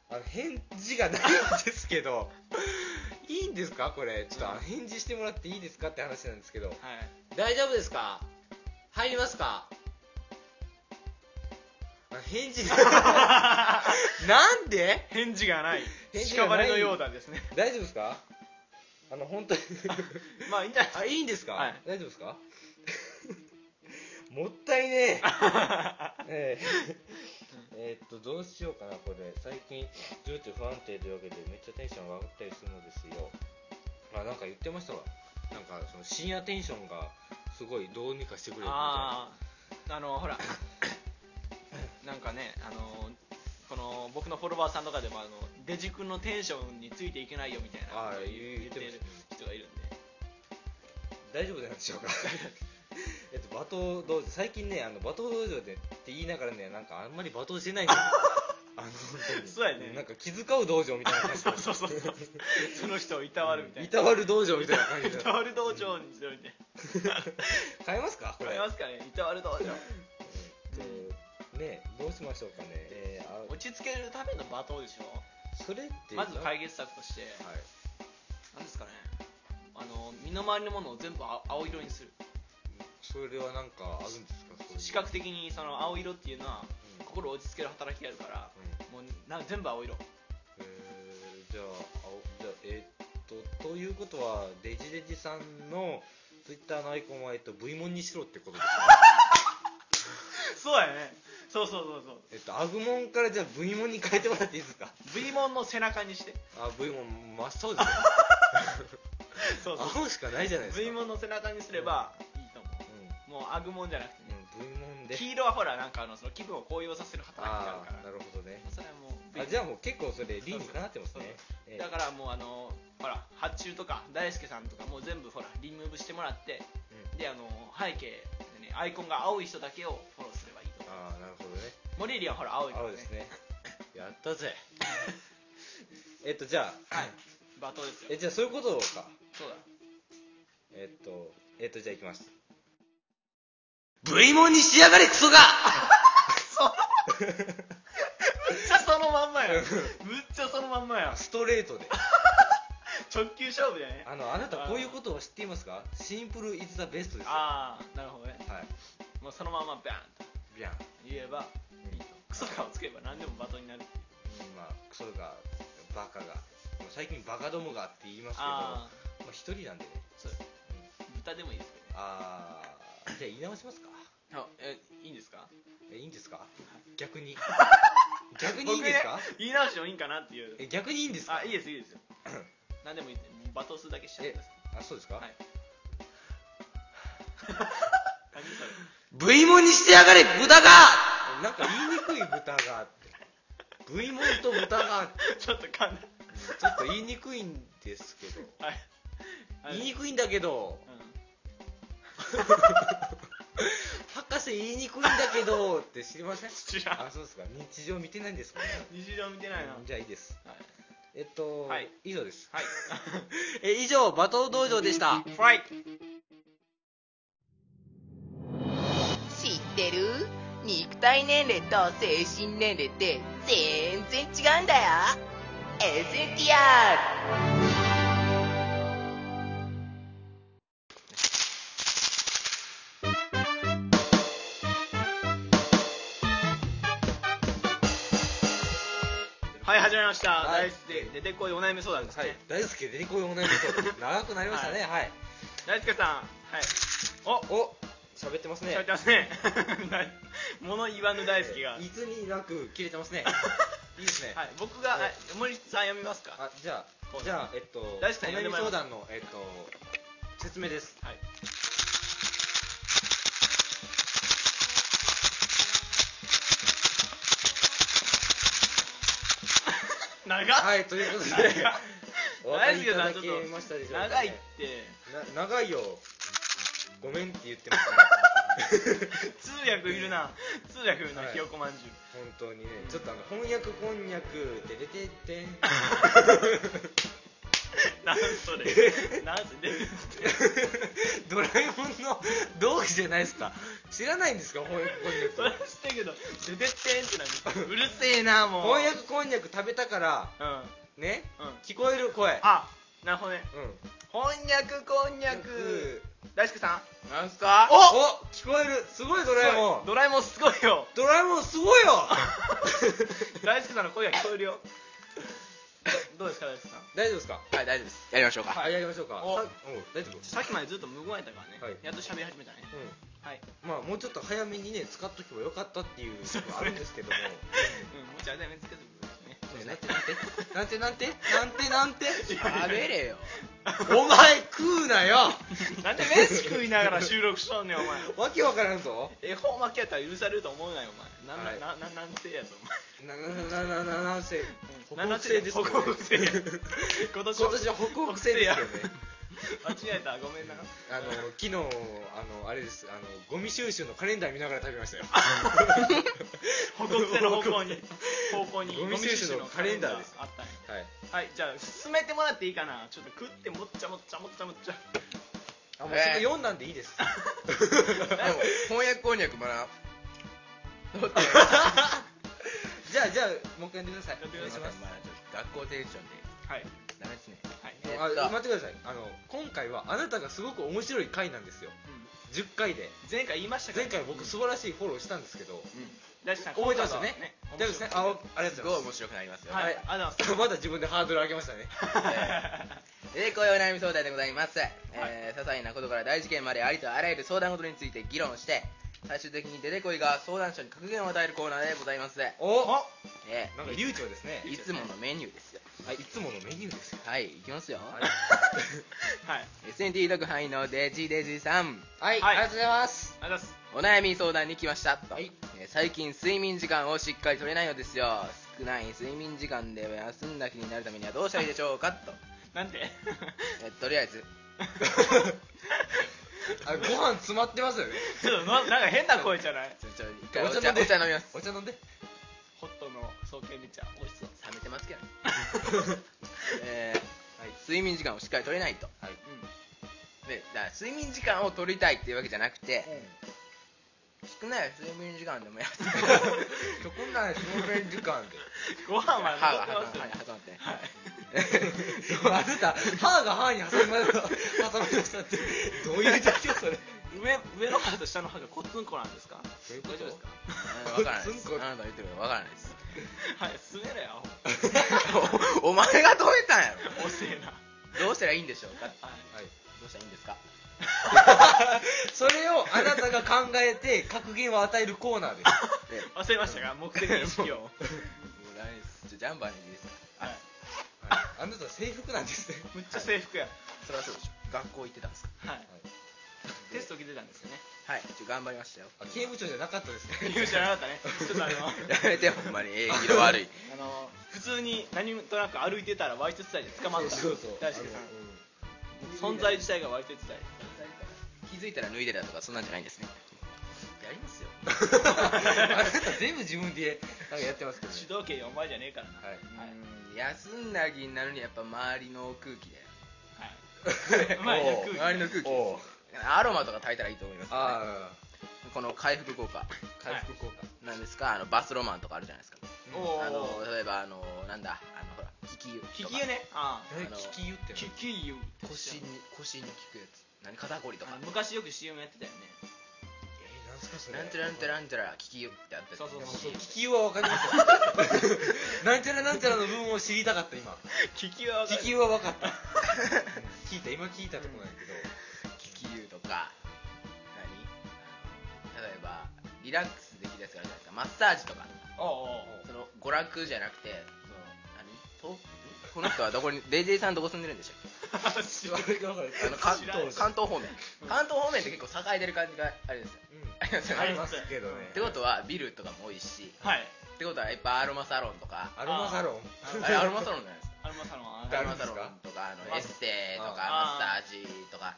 A: あの返事がないんですけど いいんですかこれちょっとあの返事してもらっていいですかって話なんですけど
B: はい
A: 大丈夫ですか入りますかあ返事が なんで
B: 返事がない
A: 返事がない
B: 屍のようだですね
A: 大丈夫ですかあの本当に
B: まあいいんじゃない
A: あいいんですか、
B: はい
A: 大丈夫ですか もったい ねええええーっとどうしようかなこれ最近情緒不安定というわけでめっちゃテンション上がったりするのですよあなんか言ってましたわなんかその深夜テンションがすごいどうにかしてくれるみたいな
B: あああ のほらなんかねあのこの僕のフォロワーさんとかでもあのデジ君のテンションについていけないよみたいな
A: あー
B: ことを
A: 言う
B: 言って
A: 言っ
B: る
A: てま
B: 人がいるんで
A: 大丈夫じゃないでしょうか えっと罵倒道場最近ねあの罵倒道場でって言いながらねなんかあんまり罵倒してないん ですよあの本当に
B: そうやね
A: なんか気遣う道場みたいな感じ
B: そうそうそ うそうその人をいたわるみたい
A: い
B: な
A: たわる道場みたいな感じで
B: いたわる道場にするみたい
A: 変えますかこ
B: な
A: れ
B: ありますかねいたわる道場
A: えっとねどうしましょうかね、えーあ
B: 落ち着けるための罵倒でしょ
A: それって
B: まず
A: はい
B: 解決策として何ですかねあの身の回りのものを全部あ青色にする
A: それはなんかあるんですかそういう
B: 視覚的にその青色っていうのは
A: うん
B: 心を落ち着ける働きがあるから
A: うん
B: もうな全部青色
A: えーじゃあ青じゃあえーっとということはデジデジさんのツイッターのアイコンは、えっと、V モンにしろってことですか
B: そうやねそうそうそうそう
A: えっとアグモンからじゃあ V モンに変えてもらっていいですか
B: V モンの背中にして
A: あ V モン真っ青です
B: そ
A: よ
B: うそう
A: 青しかないじゃないですか
B: V モンの背中にすればいいと思うもうアグモンじゃなくてね
A: うん、うん、V モンで
B: 黄色はほらなんかあのその気分を高揚させる働きがあ
A: あ
B: るから
A: あなるほどね
B: それはもう V
A: あじゃあもう結構それ理にかなってますねええ
B: だからもうあのほら発注とか大輔さんとかもう全部ほらリムーブしてもらって、であの背景でねアイコンが青い人だけをフォローすればいいと
A: ああなるほどね
B: 森入はほら青いから
A: 青
B: ね
A: ですねやったぜ えっとじゃあ
B: はい罵倒です
A: え
B: よ
A: じゃあそういうことか
B: そうだ
A: えっとえっとじゃあいきます V モンにしやがれクソが
B: むっちゃそのまんまやむっちゃそのまんま や
A: ストレートで
B: 直球勝負だよね
A: あのあなたこういうことを知っていますかシンプルイズザベストですよは
B: ああなるほどね
A: い
B: もうそのままバーンと
A: ビャン
B: 言えば
A: うん
B: クソ顔つけば何でも罵倒になるっていう
A: うんまあクソがバカが最近バカどもがって言いますけどま
B: ああ
A: あ一人なんでね
B: そう豚でもいいですけどね
A: ああじゃあ言い直しますか
B: あえいいんですか
A: えいいんですか逆 に逆にいいんですか
B: 僕ね言い直してもいいんかなっていう
A: え逆にいいんですか
B: あいいですいいですよ何でもいいですもう罵倒するだけしちゃってください
A: あそうですか、
B: はい 何それ
A: V モンにしてやがれ豚がなんか言いにくい豚がって V モンと豚がって
B: ちょっと噛ん
A: ち
B: だ
A: ょっと言いにくいんですけど
B: はいはい
A: 言いにくいんだけど
B: う
A: 博士言いにくいんだけどって知りません
B: ん知らん
A: あそうですか日常見てないんですもんね
B: 日常見てないな
A: じゃあいいです
B: はい
A: えっと、
B: はい
A: 以上です
B: はい
A: え以上罵倒道場でした
B: ファイト
C: 知ってる肉体年齢と精神年齢って全然違うんだよ SNTR
B: はい始まりました
A: はい
B: 大好きで出てこいお悩み相談です
A: はい
B: ね、
A: 大輔デリコイオンラインそうです長くなりましたねはい、
B: 大輔さんはいお
A: お喋ってますね
B: 喋ってますね 物言わぬ大輔がはい
A: いつになく切れてます ねいいですね、
B: 僕がはい森さん読みますか
A: あじゃ
B: コーナ
A: あじゃ
B: ー
A: あえっと
B: 大輔さん
A: お悩
B: 呼んで
A: み
B: もらいま
A: 相
B: す
A: 談のえっと説明です
B: はい 長っ
A: はいと いうことでお分かりいた
B: 長
A: だ
B: い
A: け
B: ですけど
A: ましたでしょうか、ね、
B: 長いって
A: な長いよごめんって言ってます ね
B: 通訳いるな通訳いるな、
A: はい
B: ひよこまんじゅう
A: 本当にねちょっとあの翻訳こんにゃくててて てん
B: なんそれなんそれ
A: ドラえもんの道具じゃないですか知らないんですか翻訳こんにゃ
B: それ
A: く
B: してけど「出てってん」ってなるうるせえな もう
A: 翻訳こんにゃく食べたから
B: うんうん
A: ね聞こえる声
B: あなるほどね
A: うん
B: 翻訳こんにゃく大輔さん
D: なんすか
A: お聞こえるすごいドラえもん
B: ドラえもんすごいよ
A: ドラえもんすごいよ
B: 大輔さんの声が聞こえるよどうですか大輔さん
A: 大丈夫ですか
D: はい、大丈夫です。やりましょうか。
A: あやりましょうかさ
B: お
A: お大丈夫
B: さっきまでずっと無言やったからね、
A: はい
B: やっと喋り始めたねはい、
A: うんまあもうちょっと早めにね使っとけばよかったっていうのがあるんですけど も
B: うん、もうちょい間につけてくるね
A: ねなんてなんてなんてなんてなんてなん
D: 食
A: て
D: べれよ。
A: お前食うなよ
B: なんで飯食いながら収録しとんねんお前
A: わけわからんぞ
B: 恵方巻きやったら許されると思うなよお前なんな、
A: はい
B: なななんてやぞ
A: ななななななんせ
B: お
A: 北
B: 前
A: 北西です
B: 北
A: ね
B: 北西や 今年
A: 今年は北北西ですよね
B: 間違えたごめん
A: あ
B: な
A: の昨日あのあれですあのゴミ収集のカレンダー見ながら食べました よ
B: 北北西の方向に方向に
A: ゴミ収集のカレンダーです
B: ゴミ収集のカレンダーあったね
A: はい
B: はいじゃあ進めてもらっていいかなちょっと食ってもっちゃもっちゃもっちゃもっちゃ
A: あもうそこ読んだんでいいです
D: でも、翻訳こんにゃくまだ。
A: じゃあじゃあもう一回やってください
B: やってください
D: まあ学校テンションで。
B: はい
D: ダメですね。
B: はい
D: えっ
A: あ
D: と
A: 待ってくださいあの今回はあなたがすごく面白い回なんですよ
B: う
A: 10回で
B: ん前回言いましたから
A: 前回僕素晴らしいフォローしたんですけど
B: 大地さん
A: 覚えてますよね
B: 今
A: 大丈夫ですね
B: 回は
A: あおありが
D: す
A: とう
D: ご
A: ご
D: い
A: ざい
D: 面白くなりますよ。
B: はい、
A: はい
B: あ の
A: ますまだ自分でハードル上げましたね
D: えー、こういうお悩み相談でございます、えー、些細なことから大事件までありとあらゆる相談事について議論して最終的に出てこいが相談者に格言を与えるコーナーでございます、え
A: おなんか
D: ー
A: 流暢ですね
D: いつものメニューですよ
A: はいいつものメニューですよ
D: はいいきますよ、
B: はい、
D: SNT 特派員のデジデジさん
A: はい、
B: はい
A: ありがとうございます
B: ありがとうございます
D: お悩み相談に来ましたと、
A: はい
D: えー最近睡眠時間をしっかり取れないのですよ少ない睡眠時間で休んだ気になるためにはどうしたらいいでしょうかと、
B: なん て
D: えーとりあえず
A: あご飯詰まってますよね
B: ちょっとななんか変な声じゃない
D: ちょちょ一回お
A: お茶
D: 茶
A: 飲んで
D: お茶飲みます
A: お茶飲んで
B: ホットの総研美茶美味しそう
D: 冷めてますけどね えーはい、睡眠時間をしっかり取れないと
A: はい、
D: でだから睡眠時間を取りたいっていうわけじゃなくて
A: うん
D: 少ない睡眠時間でもやって
A: 極端睡眠時間で
B: ご飯は
D: 歯が
B: 残ってますよね
D: 歯が挟まってね
B: はい
A: そうあなた歯が歯に挟みました挟みましたってどういう状況それ
B: 上上の歯と下の歯がコツンコなんですか
A: どういうこと
B: 大丈夫ですか
D: うんわからないで
A: す
D: す
A: んごい
D: あなたの言ってることわからないです
B: はいすめろよ
D: おお前が止めたんや
B: おせえな
D: ろどうしたらいいんでしょうかど
B: はい
A: はい、
D: うしたらいいんですか
A: それをあなたが考えて格言を与えるコーナーです
D: でも
B: 忘れましたが目的意識を
D: うダメですちょジャンバーにいいですか
B: はい
A: あなた制服なんですね
B: むっちゃ制服や
D: それはそうでしょ学校行ってたんですか
B: はいテスト受けてたんですよね
D: はいちょ頑張りましたよ
A: あ刑務所じゃなかったですね
B: 理由じゃなかったねちょっとあの
D: やめてよほんまにえー色悪 い
B: あの普通に何となく歩いてたらワイトスタイルで捕まった
A: そうそう
B: 大輔さ
A: あのうん
B: ん存在自体がワイトスタイル
D: 気づいたら脱いでたとかそんなんじゃないんですねやりますよ
A: あなた全部自分でなんかやってますけどね
B: 主導権お前じゃねえからな
A: はい
D: うん休んだ気になるにはやっぱ周りの空気だ
B: は
D: よ
B: いまあ
A: おう
B: 空気
D: 周りの空気
A: おう
D: アロマとか炊いたらいいと思います、ね、
A: あ
D: この回復効果
A: あ回復効果
D: なんですかあのバスロマンとかあるじゃないですか
B: お
D: あの
B: お
D: 例えばあのなんだあのほら利き湯とか
B: 利き湯ねああ
A: 誰
D: あの
A: 聞き言ってんの
B: 利き湯って
D: 腰に腰に効くやつ何肩こりとか
B: あの昔よく CM やってたよね
A: えなんすかそれ
D: なんちゃらなんちゃら
A: ら
D: なんちゃら利き湯ってあった
B: そうそうそう
A: 聞きはわかりました なんちゃらなんちゃらの部分を知りたかった今
B: 利き湯 は
A: 聞きはわかった 聞いた今聞いたとこなんやけど
D: 利き湯とか何例えばリラックスできるやつがあるじゃないですかマッサージとか
B: おうおう
D: その 娯楽じゃなくてその何とこの人はどこにデイデイさんどこ住んでるんでしたっけあ の関東関東方面関東方面って結構栄えてる感じがあれですよあります よ
E: あり
D: ね
E: ま
A: ますけどね
D: ってことはビルとかも多いし
E: はい
D: ってことはいっぱいアロマサロンと か
A: アルマサロン
D: あれアロマサロンじゃないです
E: アルマサロン
D: か
A: あ
D: ア
A: る
D: ロ
A: ん
D: マ
A: です
D: サ
A: か
D: ロンとかあの
E: あ
D: エステとか
E: あ
D: マッサージとか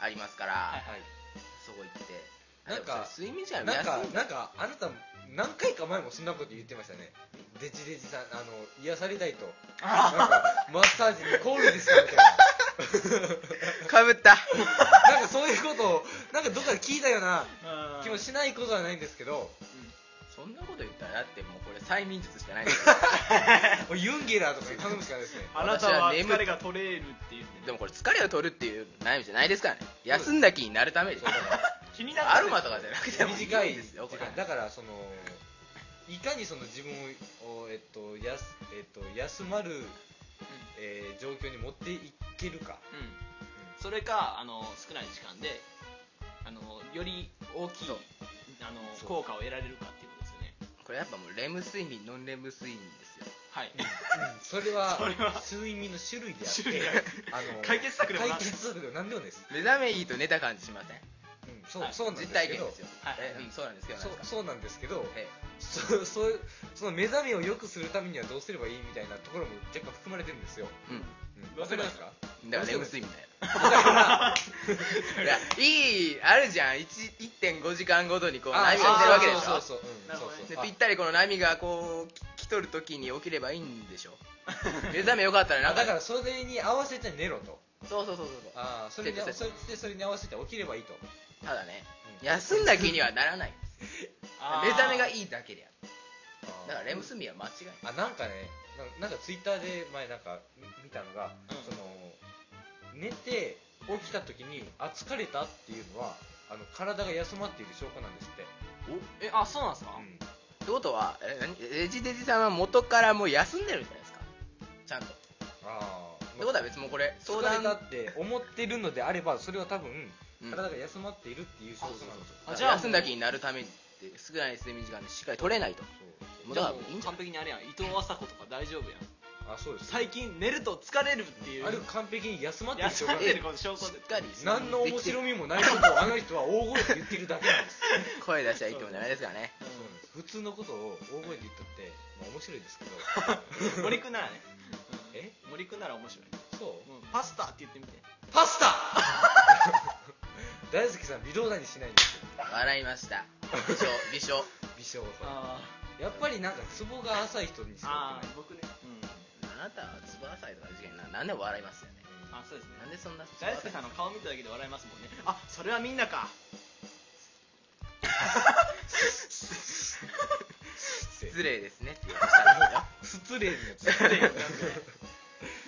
D: ありますから、
E: はい
D: そこ行って
A: なんか
D: あでもそれ睡眠時間
A: なんか
D: 休んだ
A: なんかあなた何回か前もそんなこと言ってましたねデジデジさんあの癒されたいとなんかマッサージにコールでしたみたい
D: かぶった
A: ななんかそういうことをなんかどっかで聞いたような
E: あー
A: 気もしないことはないんですけど
D: そんなこと言ったらだってもうこれ催眠術しかないんですよ
A: もうユンゲラーとかに頼むしかないですね
E: あなたは
D: 私は眠
E: 疲
D: っ
E: れが取れるっていう
D: でもこれ疲れを取るっていう悩みじゃないですからね休んだ気になるた めですよ
E: 気になる
D: アロマとかじゃなくても
A: 短い
D: んですよこ
A: 時
D: れ
A: 間だからそのいかにその自分を、えっとやすえっと、休まる、えー状況に持っていけるか
B: うんそれかあの少ない時間であのより大きい
D: そう
B: あの
D: そう
B: 効果を得られるかっていうことですよね
D: これやっぱもうレム睡眠ノンレム睡眠ですよ
B: はい
A: それは
B: それは
A: 睡眠の種類であって
B: 種類であって
A: あの
B: 解決策でもな
A: 解
B: い
A: 決策でも何でもないです、
D: 目覚めいいと寝た感じしません
A: うん、そう
B: はい
A: そうなんです
D: 実体
A: け
D: 験
A: ど
D: ですよ、
B: はい
D: えうん、そうなんですけど
A: そう
D: なんですか
A: そうなんですけど
D: え
A: そそうその目覚めを良くするためにはどうすればいいみたいなところも若干含まれてるんですよ、
D: え
A: うん、
B: どうすればいいんです
A: か
D: うん、だからレム睡眠だよいやいいあるじゃん1 1.5時間ごとにこう波が来てるわけでしょ
A: そうそうそう、うん、
B: なる
A: そ
B: ほ
A: う
B: どね
A: そう
D: でぴったりこの波がこうき来とる時に起きればいいん でしょ目覚めよかったらな
A: あ
D: んか
A: だからそれに合わせて寝ろと
D: そうそうそうそうそ
A: ああそれに
D: セット
A: そ
D: セ
A: れでそれに合わせて起きればいいと
D: うただね
A: うん
D: 休んだ気にはならない
B: あー
D: 目覚めがいいだけである
A: あー
D: だからレム睡眠は間違いな
A: あ
D: い
A: なんかねななんかツイッターで前なんかみ見たのが、
B: うん
A: その寝て起きた時に「あ疲れた」っていうのはあの体が休まっている証拠なんですって、
B: えあそうなんですか
A: うん
D: ってことはえ何レジデジさんは元からもう休んでるじゃないですかちゃんとって
A: ああ
D: ことは別にもうこれ相
A: 疲れた
D: 談
A: って思ってるのであればそれは多分
D: うん
A: 体が休まっているっていう証拠なんですよ、
B: あ
D: だ
B: じ
D: か
B: ゃ
D: ら
B: あ
D: 休んだ気になるためにって少ない睡眠時間でしっかり取れないともう
B: じ
D: だ
B: ゃ
D: か
B: あ
D: ら
B: も
D: いいん
B: う
D: じゃ
B: 完
D: ない
B: 璧にあれやん伊藤麻子とか大丈夫やん
A: あそうです
B: 最近寝ると疲れるっていう
A: あれ完璧に休まっている
B: 休
A: 証拠
B: まっ
A: なん
B: て
A: で
B: るこの証拠
D: し
B: で
D: っかり
A: す何の面白
D: み
A: みもないことをあの人は大声で言ってるだけなんです
D: 声出しちゃいいってもじゃないですからね
B: うん
A: 普通のことを大声で言ったって、まあ、面白いですけど
B: 森くんならねうん
A: え
B: 森くんなら面白い
A: そう
B: うんパスタって言ってみて
A: パスタ大好きさん微動だにしないんですよ
D: 笑いました微笑微笑
A: 微笑
B: あ
A: やっぱりなんかツボが浅い人にすごく
B: あ
A: ない
B: ー僕ねうん
D: あなたはつばさいとか事件ななんで笑いますよね
B: あそうですね
D: なんでそんな
B: 大輔さんの顔見ただけで笑いますもんねあそれはみんなか
D: 失礼ですねって言われましたんですよ
A: 失礼になっ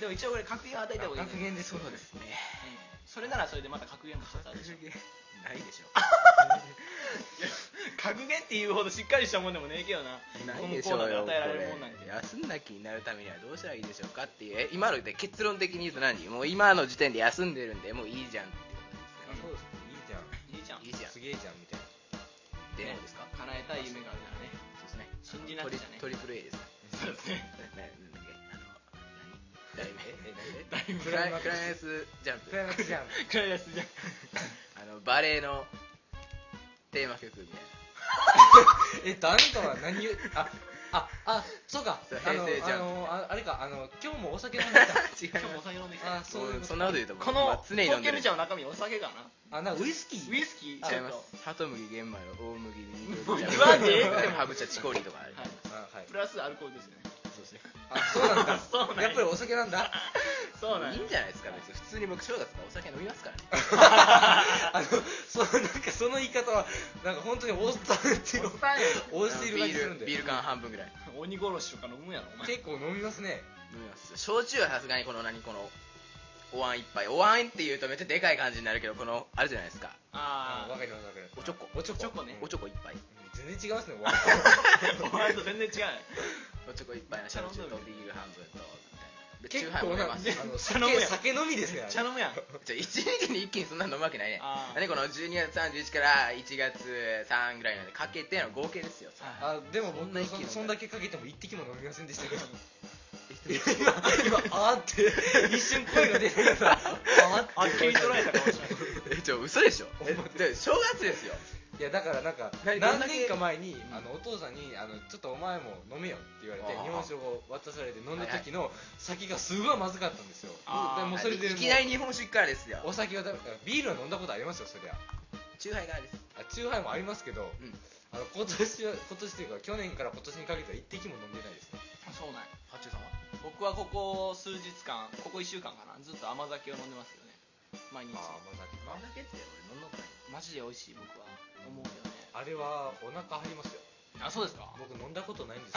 B: でも一応これ格言を与えた方がいいね
A: 格言で
D: そうですね
B: うんそれならそれでまた格言が一つあるでしょ
D: ないでしょ
B: 格言っていうほどしっかりしたもんでもねえけどな
D: ないでしょうよ
B: このコーナーで与えられるもんなんて
D: これ休んだ気になるためにはどうしたらいいでしょうかっていうえ今ので結論的に言うと何もう今の時点で休んでるんでもういいじゃんって
A: あそうですねいいじゃん
B: いいじゃん
D: いいじゃん
A: すげえじゃんみたいな
D: でもですか
B: 叶えたい夢があるからね
D: そうですね
B: 信じなくちゃね
D: トリトリプル A ですか
B: そうですね
D: ななんだっけあの何題
A: え
D: 名クライクライアンスジャンプ
A: 暗いじゃん
B: クライアンスじゃん
D: あのバレエのテーマ曲みたい
A: えっとあなたは何言うあああそうか
D: そう
A: あの
D: 平成ジャ
A: あ
D: ンプ
A: のああれかあの今日もお酒飲ん で
D: な違
B: 今日
D: う
B: もお酒飲んでき
A: た
B: た
A: あそういうこ
D: もう
A: と
D: そんなこと言うともう
B: この
D: まあ常に飲
B: ポ
D: んで
B: ッケ
D: る
B: ルちゃんの中身お酒かな
A: あなんかウイスキー
B: ウイスキー
D: 違
B: ち
D: い
B: ょっ
D: ま
B: と
D: すハトムギ玄米を大麦に
B: もう
D: で
B: 言わねえ
D: もハブ茶チコリとかある
B: はい
A: あはい
B: プラスアルコールですよね
D: そうですね
A: あ そうなんだ
B: そうなんや
A: やっぱりお酒なん だ
B: そうなん
D: い
B: や
D: いんじゃないですか別に普通に僕正月とかお酒飲みますからね
A: あのそのなんかその言い方はなんか本当にオースターっていうの
B: おっさんや
A: 応じている感
D: ビ
A: じするん
D: ール
A: で
D: ビール缶半分ぐらい
B: 鬼殺しとか飲むやろお前
A: 結構飲みますね
D: 飲みます焼酎はさすがにこの何このお椀一杯お椀っていうとめっちゃでかい感じになるけどこのあるじゃないですか
A: あ
B: あ
A: わかりますわかります
D: おちょこ
A: おちょこ
B: おちょこね
D: おちょこ一杯
A: 全然違いますねわ
B: あ お前と全然違う
D: おちょこ一杯の焼酎とビール半分とみたい
A: 結
D: なでチューハイ
A: 構
D: も飲め
A: な
D: ます
A: あの酒
B: 飲むやん
A: 酒飲みですねあれ
B: 茶飲むやん
D: じゃあ1日に一気にそんなの飲むわけないね
B: あー
D: 何この12月31から1月3ぐらいまでかけての合計ですよ
B: はい
A: あでも
D: そんな
A: 僕
D: 一気
A: そそ
D: 飲んだ
A: んだけかけても一滴も飲みませんでしたけど
D: 一
A: 今あーって
B: 一瞬声が出てきたあっきり取られたかもしれない
D: えちょ嘘でしょえで正月ですよ
A: いやだからなんか何
B: 何どんだ
A: 年
B: け
A: か前にあのお父さんにあの「ちょっとお前も飲めよ」って言われて
D: あー
A: 日本酒を渡されて飲んだ時の先がすごいまずかったんですよ
F: あー
A: でもうそれで
D: い
A: もう
D: きなり日本酒からですよ
A: お酒はダメだからビールは飲んだことありますよそりゃ
D: チューハイからです
A: あチューハイもありますけど、
D: うん
A: あの今年は今年というか去年から今年にかけては一滴も飲んでないですね
F: そうなんや
D: 八中さんは
F: 僕はここ数日間ここ1週間かなずっと甘酒を飲んでますけどね毎日
A: あーまさ
D: あ
A: か
D: だけって俺飲んだことない
F: マジで美味しい僕は思うけどね
A: あれはお腹張りますよ
F: あそうですか
A: 僕飲んだことないん ですけ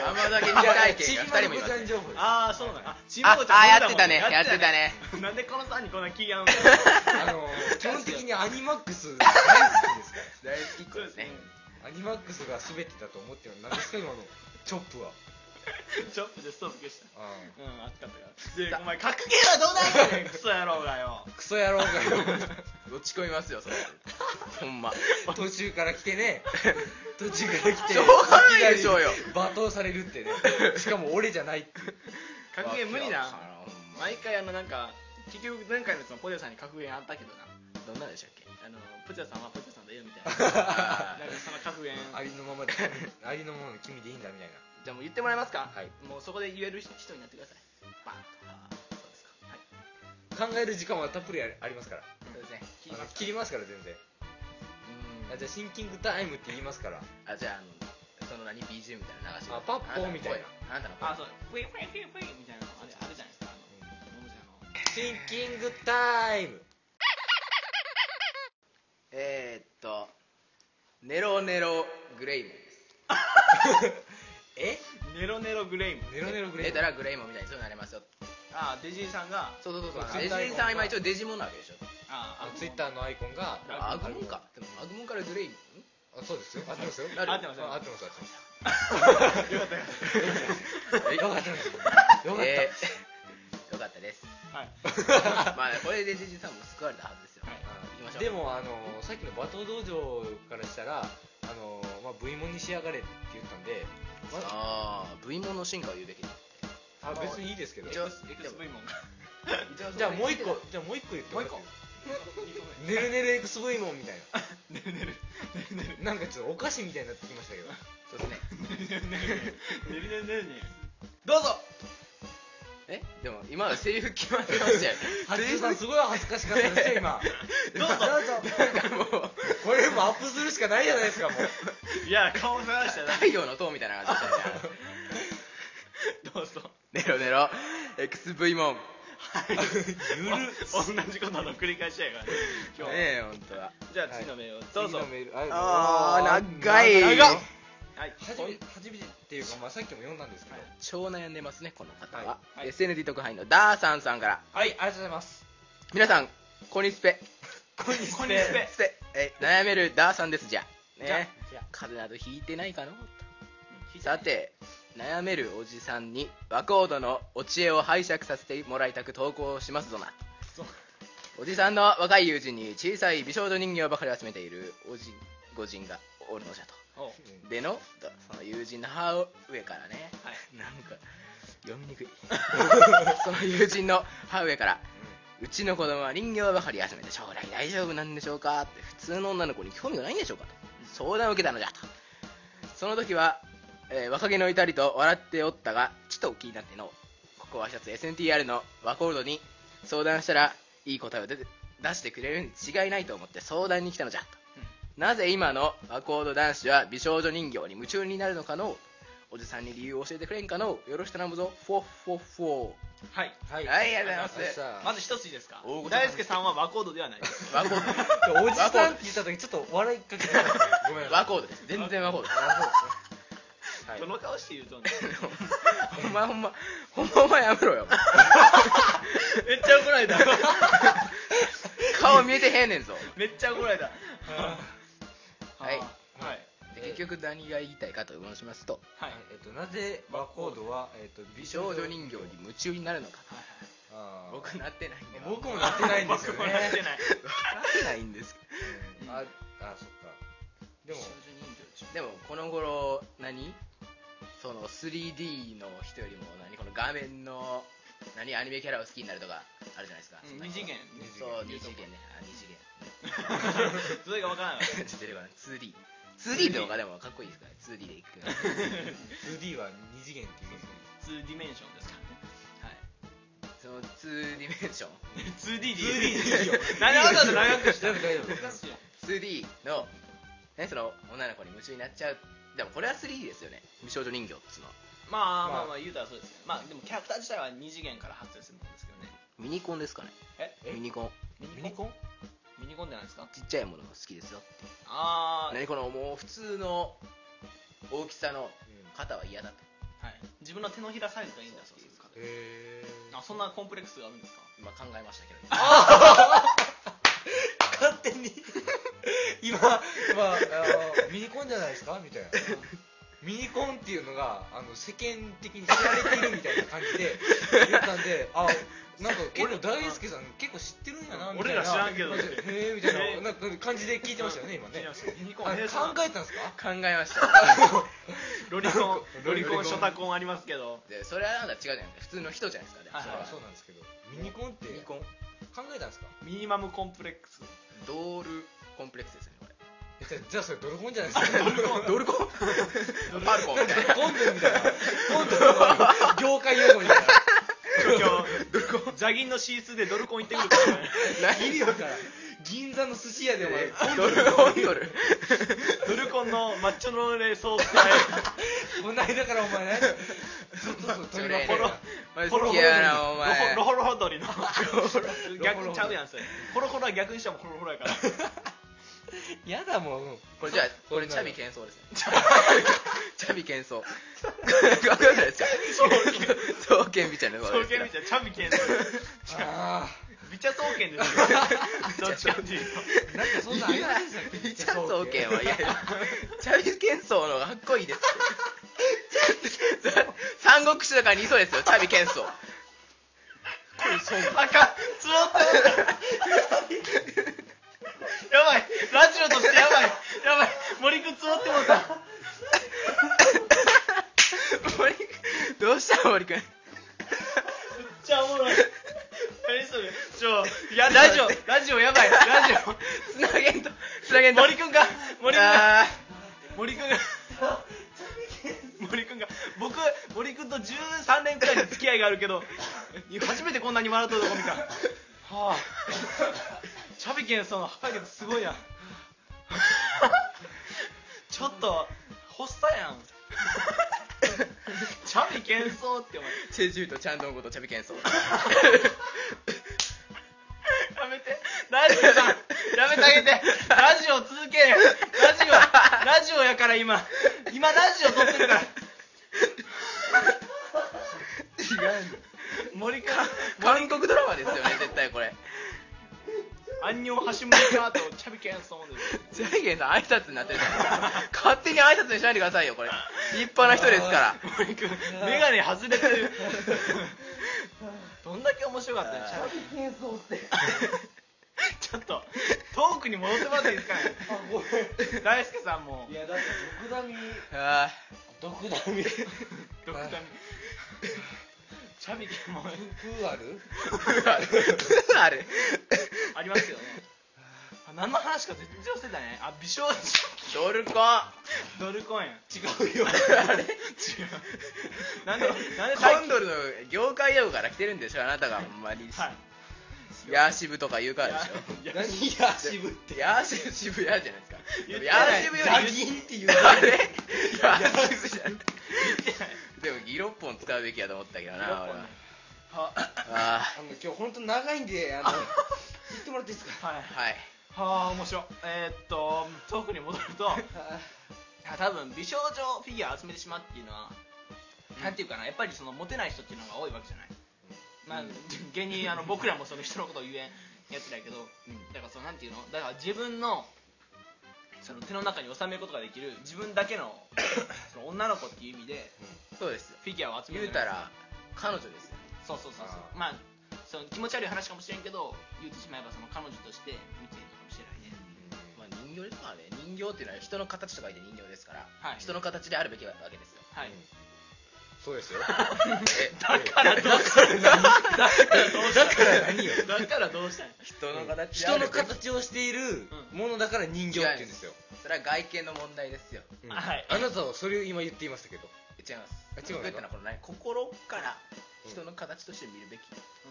A: ど
D: 甘酒未体験が2人もい
A: チームのごちゃ
D: ます
A: ん情報です
B: ああそうなんだチーム
D: あ
B: ボーイちゃん
D: あやっ
B: 飲
D: て
B: んだも
D: た
B: ん
D: ねやってたね
B: なんでこの3にこんな気合うんだ ろ
A: あの基本的にアニマックス大好きですか
D: 大好きっ子
B: う
D: ですね
A: らアニマックスが全てだと思ってるの何ですか今のチョップは
B: チョップでストップ消した
A: う
B: うんあったからでお前格ゲーはどうなんやね んクソ野郎がよ
A: んクソ野郎がよ
D: 落ち込みますよ それほんま
A: 途中から来てね 途中から来て
D: しょうがないでしょうよ
A: いきなり罵倒されるってねしかも俺じゃないっていう
B: 格ゲー無理
D: わけわ
B: な
D: からんほんま
B: 毎回あのなんか結局前回のやつもポテトさんに格言あったけどな
D: どんなでしたっけ
B: あのポテトさんはポテトさんだよみたい な
D: あ
B: なんかその格言
A: ありのままでありのままの君でいいんだみたいな
B: じゃあもう言ってもらえますか
A: はい
B: もうそこで言える人になってくださいバンとそうですかはい
A: 考える時間はたっぷりありありますから
B: そうですね切り
A: あ
B: ま
A: の
B: すか
A: 切りますから全然
D: ー
A: あじゃあシンキングタイムって言いますから
D: あじゃああのその何 BGM みたいなの流して
A: あパッポーみたいな
D: あなたの声
B: あそうフイフイフイフイみたいなのあれあるじゃないですかあのおもちゃの
A: シンキングタイム
D: えー、っとネロネログレイモンです
A: え
B: ネロネログレイム
A: ネロネログレイ
D: 寝たらグレイモンみたいにそうなりますよ
B: ああデジーさんが
D: そうそうそう
A: ま
D: そ
A: あ
D: うデジリンさんは今一応デジモンなわけでしょ
B: あ
A: ツイッターのアイコンが
D: あアグモンかでもアグモンからグレイん
A: あそうですよ合ってますよ
D: なる
B: 合ってます
A: あ合ってます合ってます
B: ーよ
A: よ
B: かったよ
A: かったですよかっ
D: えー よかったです
B: はい
D: まあこれでデジリンさんも救われたはずですよ
B: はい
D: 行きましたょう
A: でもあのさっきの罵倒道場からしたらあのまあ V モンに仕上がれって言ったんでま
D: ああ V モンの進化を言うべきだ
A: あ別にいいですけど
D: 一
A: じゃ
D: 応
B: XV もん
A: あもう一個じゃあもう一個言ってもらって
B: もう
A: ねるねる XV モンみたい
B: ねるねるねるねる
A: ななんかちょっとお菓子みたいになってきましたけど
D: そうです
B: ね
D: ね
B: るねるねるね
D: どうぞえでも今のセリフ決まってましたよ
A: ハッチューさんすごい恥ずかしかったですよ今
B: どうぞ
D: なんかもう
A: これもうアップするしかないじゃないですかもう
B: いや顔さらしたら
D: 太陽の塔みたいな感じでしたよね
B: どうぞ
D: ネロネロ XV モンね
B: はい同じことの繰り返しやからね今日
D: え本当は
B: じゃあ次のメールをどうぞ
A: 次のメールはい
D: あー
A: おー
D: 長い
A: 長い
B: はい
A: 初め初めてっていうか、まあ、さっきも読んだんですけど、
B: はい
D: 超悩んでますねこの方は、
B: はいはい
D: SND 特派員のダーさんさんから
A: はい、ありがとうございます。
D: 皆さんこんにちは
A: こんに
B: こんにちは
D: スペえー悩めるダーさんですじゃ
B: じゃ
D: ね風邪などひいてないかな
B: ひ
D: さて悩めるおじさんに和コードのお知恵を拝借させてもらいたく投稿しますぞな
B: そう
D: おじさんの若い友人に小さい美少女人形ばかり集めているおじご人がおるのじゃ
B: おう
D: とでのとその友人の母上からね
B: はい
D: なんか読みにくい その友人の母上からうちの子供は人形ばかり集めて将来大丈夫なんでしょうかって普通の女の子に興味がないんでしょうかと相談を受けたのじゃとその時は、えー若気の至りと笑っておったがちょっと気になってのここは一つ SNTR のワコールドに相談したらいい答えを出て出してくれるに違いないと思って相談に来たのじゃと、なぜ今のワコード男子は美少女人形に夢中になるのかのうおじさんに理由を教えてくれんかのうよろしく頼むぞフォッフォッフォ
B: はい
A: は
D: ー
A: い、
D: はいありがとうございます
A: ま
B: ま
A: ず
B: ず一ついいですか
D: 大御所
B: 大輔さんは和コードではないです
D: ワコード
A: おじさんって言った時、ちょっと笑いかけて。ごめんなさい。
D: ワコードです全然ワコード
A: はい
B: どの顔して言うとんの
D: ほんまほんまほんまお前やめろよ
B: めっちゃ怒られた
D: 顔見えてへんねんぞ
B: めっちゃ怒られた
D: はい
B: はい
D: で結局何が言いたいかと申しますと
B: はい
A: えっと、なぜ、バーコードは、えっと、
D: 美少女人形に夢中になるのか
A: あー
D: 僕なってないんだ
A: 僕もなってないんですよ
B: 僕もなって
A: ね。
B: ない
D: なってないんです
A: うんあ、あ、そっか。でも、
D: でもこの頃何その 3D の人よりも何この画面の何アニメキャラを好きになるとかあるじゃないですか、
F: うん
D: そんな
F: 二次元
D: そう
F: 二
D: 二
F: 次
D: 次
F: 元
D: 元ねあ二次元
F: それがわからない
D: ちょっと出てこない 2D2D の方がでもかっこいいですから 2D でい く
A: 2D は二次元って言うんですね
F: 2ディメンションですからね
D: その2ディメンション
F: はい 2D で 2D
A: いいよ
F: 何でわざわざ長くし
A: 大丈夫大丈夫
F: おかしいよ
D: 2D の、ね、その女の子に夢中になっちゃうでもこれは 3D ですよね無少女人形っつうのは
F: まあ
B: ま
F: ま
B: あ
F: あまあ言うたらそうですけどまあでもキャラクター自体は2次元から発生するものですけどね
D: ミニコンですかね
F: え
D: ミニコン
F: ミ
A: ミ
F: ニ
A: ニ
F: コン
A: コン
F: ミニコンじゃないですか
D: ちっちゃいものが好きですよ
F: ああ
D: 何このもう普通の大きさの肩は嫌だと
F: はい自分の手のひらサイズがいいんだそうです
A: へえ
F: あそんなコンプレックスがあるんですか
D: 今考えましたけど
A: 勝手に 今、まあ、あのミニコンじゃないですかみたいなミニコンっていうのがあの世間的に知られているみたいな感じで言ったんであなんか結構大輔さん結構知ってるんやなみたいな
B: 俺ら知らんけど
A: マジでへえみたいな,、
B: へー
A: なんか感じで聞いてましたよね今ね
F: ミニコン
A: あ
F: えー
A: 考えたんですか
D: 考えました
B: ロリコンロ
A: ロ
B: リ
A: リコン
B: コンショタコンありますけど
D: でそれはなんか違うじゃないですか普通の人じゃないですかでも
F: はい
D: そ
F: はいは
D: れは
A: あ
F: い
A: そうなんですけどミニコンって
D: ミニコン
A: 考えたんですか
B: ミニマムコンプレックス
D: ドールコンプレックスですよねこ
A: じ
D: れ
A: ゃあじゃあそれドルコンじゃないですか
D: ドルコンパルコみたいな
A: コンドルみたいなコンドルの業界用語みたいな
B: 今日ザギンの C2 でドルコン行ってくるから ね
D: 何
A: 意味わからん 銀座の寿司屋でお前
D: ドルコンドル
B: ドルコンのマッチョローレソース替え
A: こないだからお前ねずっとそう
D: そ
A: 取り
D: れ
A: ま
D: ね
A: くる
D: 好きやなお前
B: ロホロホド リの
A: ロホ
B: 逆
A: ロ
B: にちゃうやんそれホロホロは逆にしてもホロホロ やから
A: やだもんうん
D: これじゃあこれチャビ喧騒ですねチャビ喧騒わかんないですか 双剣みたいなのが
B: 双剣みたいなチャビ ケンの
A: あ
B: ビチャ双剣ですよどっちかっていうと
A: あなんかそんなんありませんでしたっけ
D: ビチャ双剣はいやいやチャビ喧騒の方がかっこいいですって三国志とかにいそうですよチャビ喧騒
B: あかんつまったやばいラジオとしてやばいやばい森くんつまってもうた
D: 森君どうした森君
B: めっちゃおもろい何それちょいやラジオラジオやばいラジオ
D: つなげんとつなげんと
B: 森くんが森くんが
D: あ
B: 森くんが森くんが僕森くんと13年くらいの付き合いがあるけど初めてこんなに笑うとるとこ見たはあチャビケンさんの破壊力すごいやんちょっと発作やん チャビケンソーってお前
D: ーチェジューとチャンドンゴとチャビ喧騒
B: やめてラジオさんやめてあげてラジオ続けラジオラジオやから今今ラジオ撮ってるから森君
D: 韓国ドラマですよね絶対これ
B: アンニョンハシムリカートチャビケンソンです
D: ジャイゲンさん挨拶になってるから勝手に挨拶にしないでくださいよこれ立派な人ですから
B: 森君メガネ外れてるどんだけ面白かったねチャビケンソンってちょっとトークに戻ってもらっていいですかね大輔さんも
A: いやだって毒ダミ
D: あ
A: 毒ダミ
B: ドクターに チャビケンも
A: プーアル
D: ーある
B: ありますよね あ何の話か全然忘れたねあ美少女
D: ドルコン
B: ドルコンやん
A: 違うよ
D: あ
B: な
D: れ
B: んでなんで
D: コ
B: 最近
D: ンドルの業界用語から来てるんでしょあなたがほんまに、
B: はい
D: ヤーシブとか言うからでし
B: いや
A: 何や渋って
D: ょヤーシブ渋谷じゃないですか
B: 言って
D: ヤ
B: ない
D: ーシブよ
A: ザ
D: り
A: ギンっていう
D: あれヤーシブじゃないでもギロッポン使うべきやと思ったけどな
B: ギロッポン
D: 俺は
B: ねは
D: あ
A: あの今日本当長いんで あの言ってもらっていいですか
B: はい
D: ーはい
B: はあ面白いえーっとトークに戻るとあ多分美少女フィギュア集めてしまうっていうのは、なんていうかなやっぱりそのモテない人っていうのが多いわけじゃない、まあ 芸人あの僕らもその人のことを言えんやつだけど、だからそのなんていうのだから自分のその手の中に収めることができる自分だけのその女の子っていう意味で
D: そうですよ
B: フィギュアを集め
D: 言
B: る
D: うたら彼女ですよ
F: そうそうそうそう
A: あ
F: まあその気持ち悪い話かもしれんけど言ってしまえばその彼女として見てるのかもしれないね
D: まあ、人形ですからね人形っていうのは人の形と書いて人形ですから、
F: はい
D: 人の形であるべきわけですよ
F: はい、
A: そうですよ
B: だからどうしただから何よだからどうしたん
D: 人の形であ
A: 人
D: る
A: の形をしているものだから人形って言うんですよ、
D: それは外見の問題ですよ
A: うん
B: はい
A: あなたはそれを今言っていましたけど
D: 違います
A: 違うの
D: 僕が言ったのはこのね心から人の形として見るべき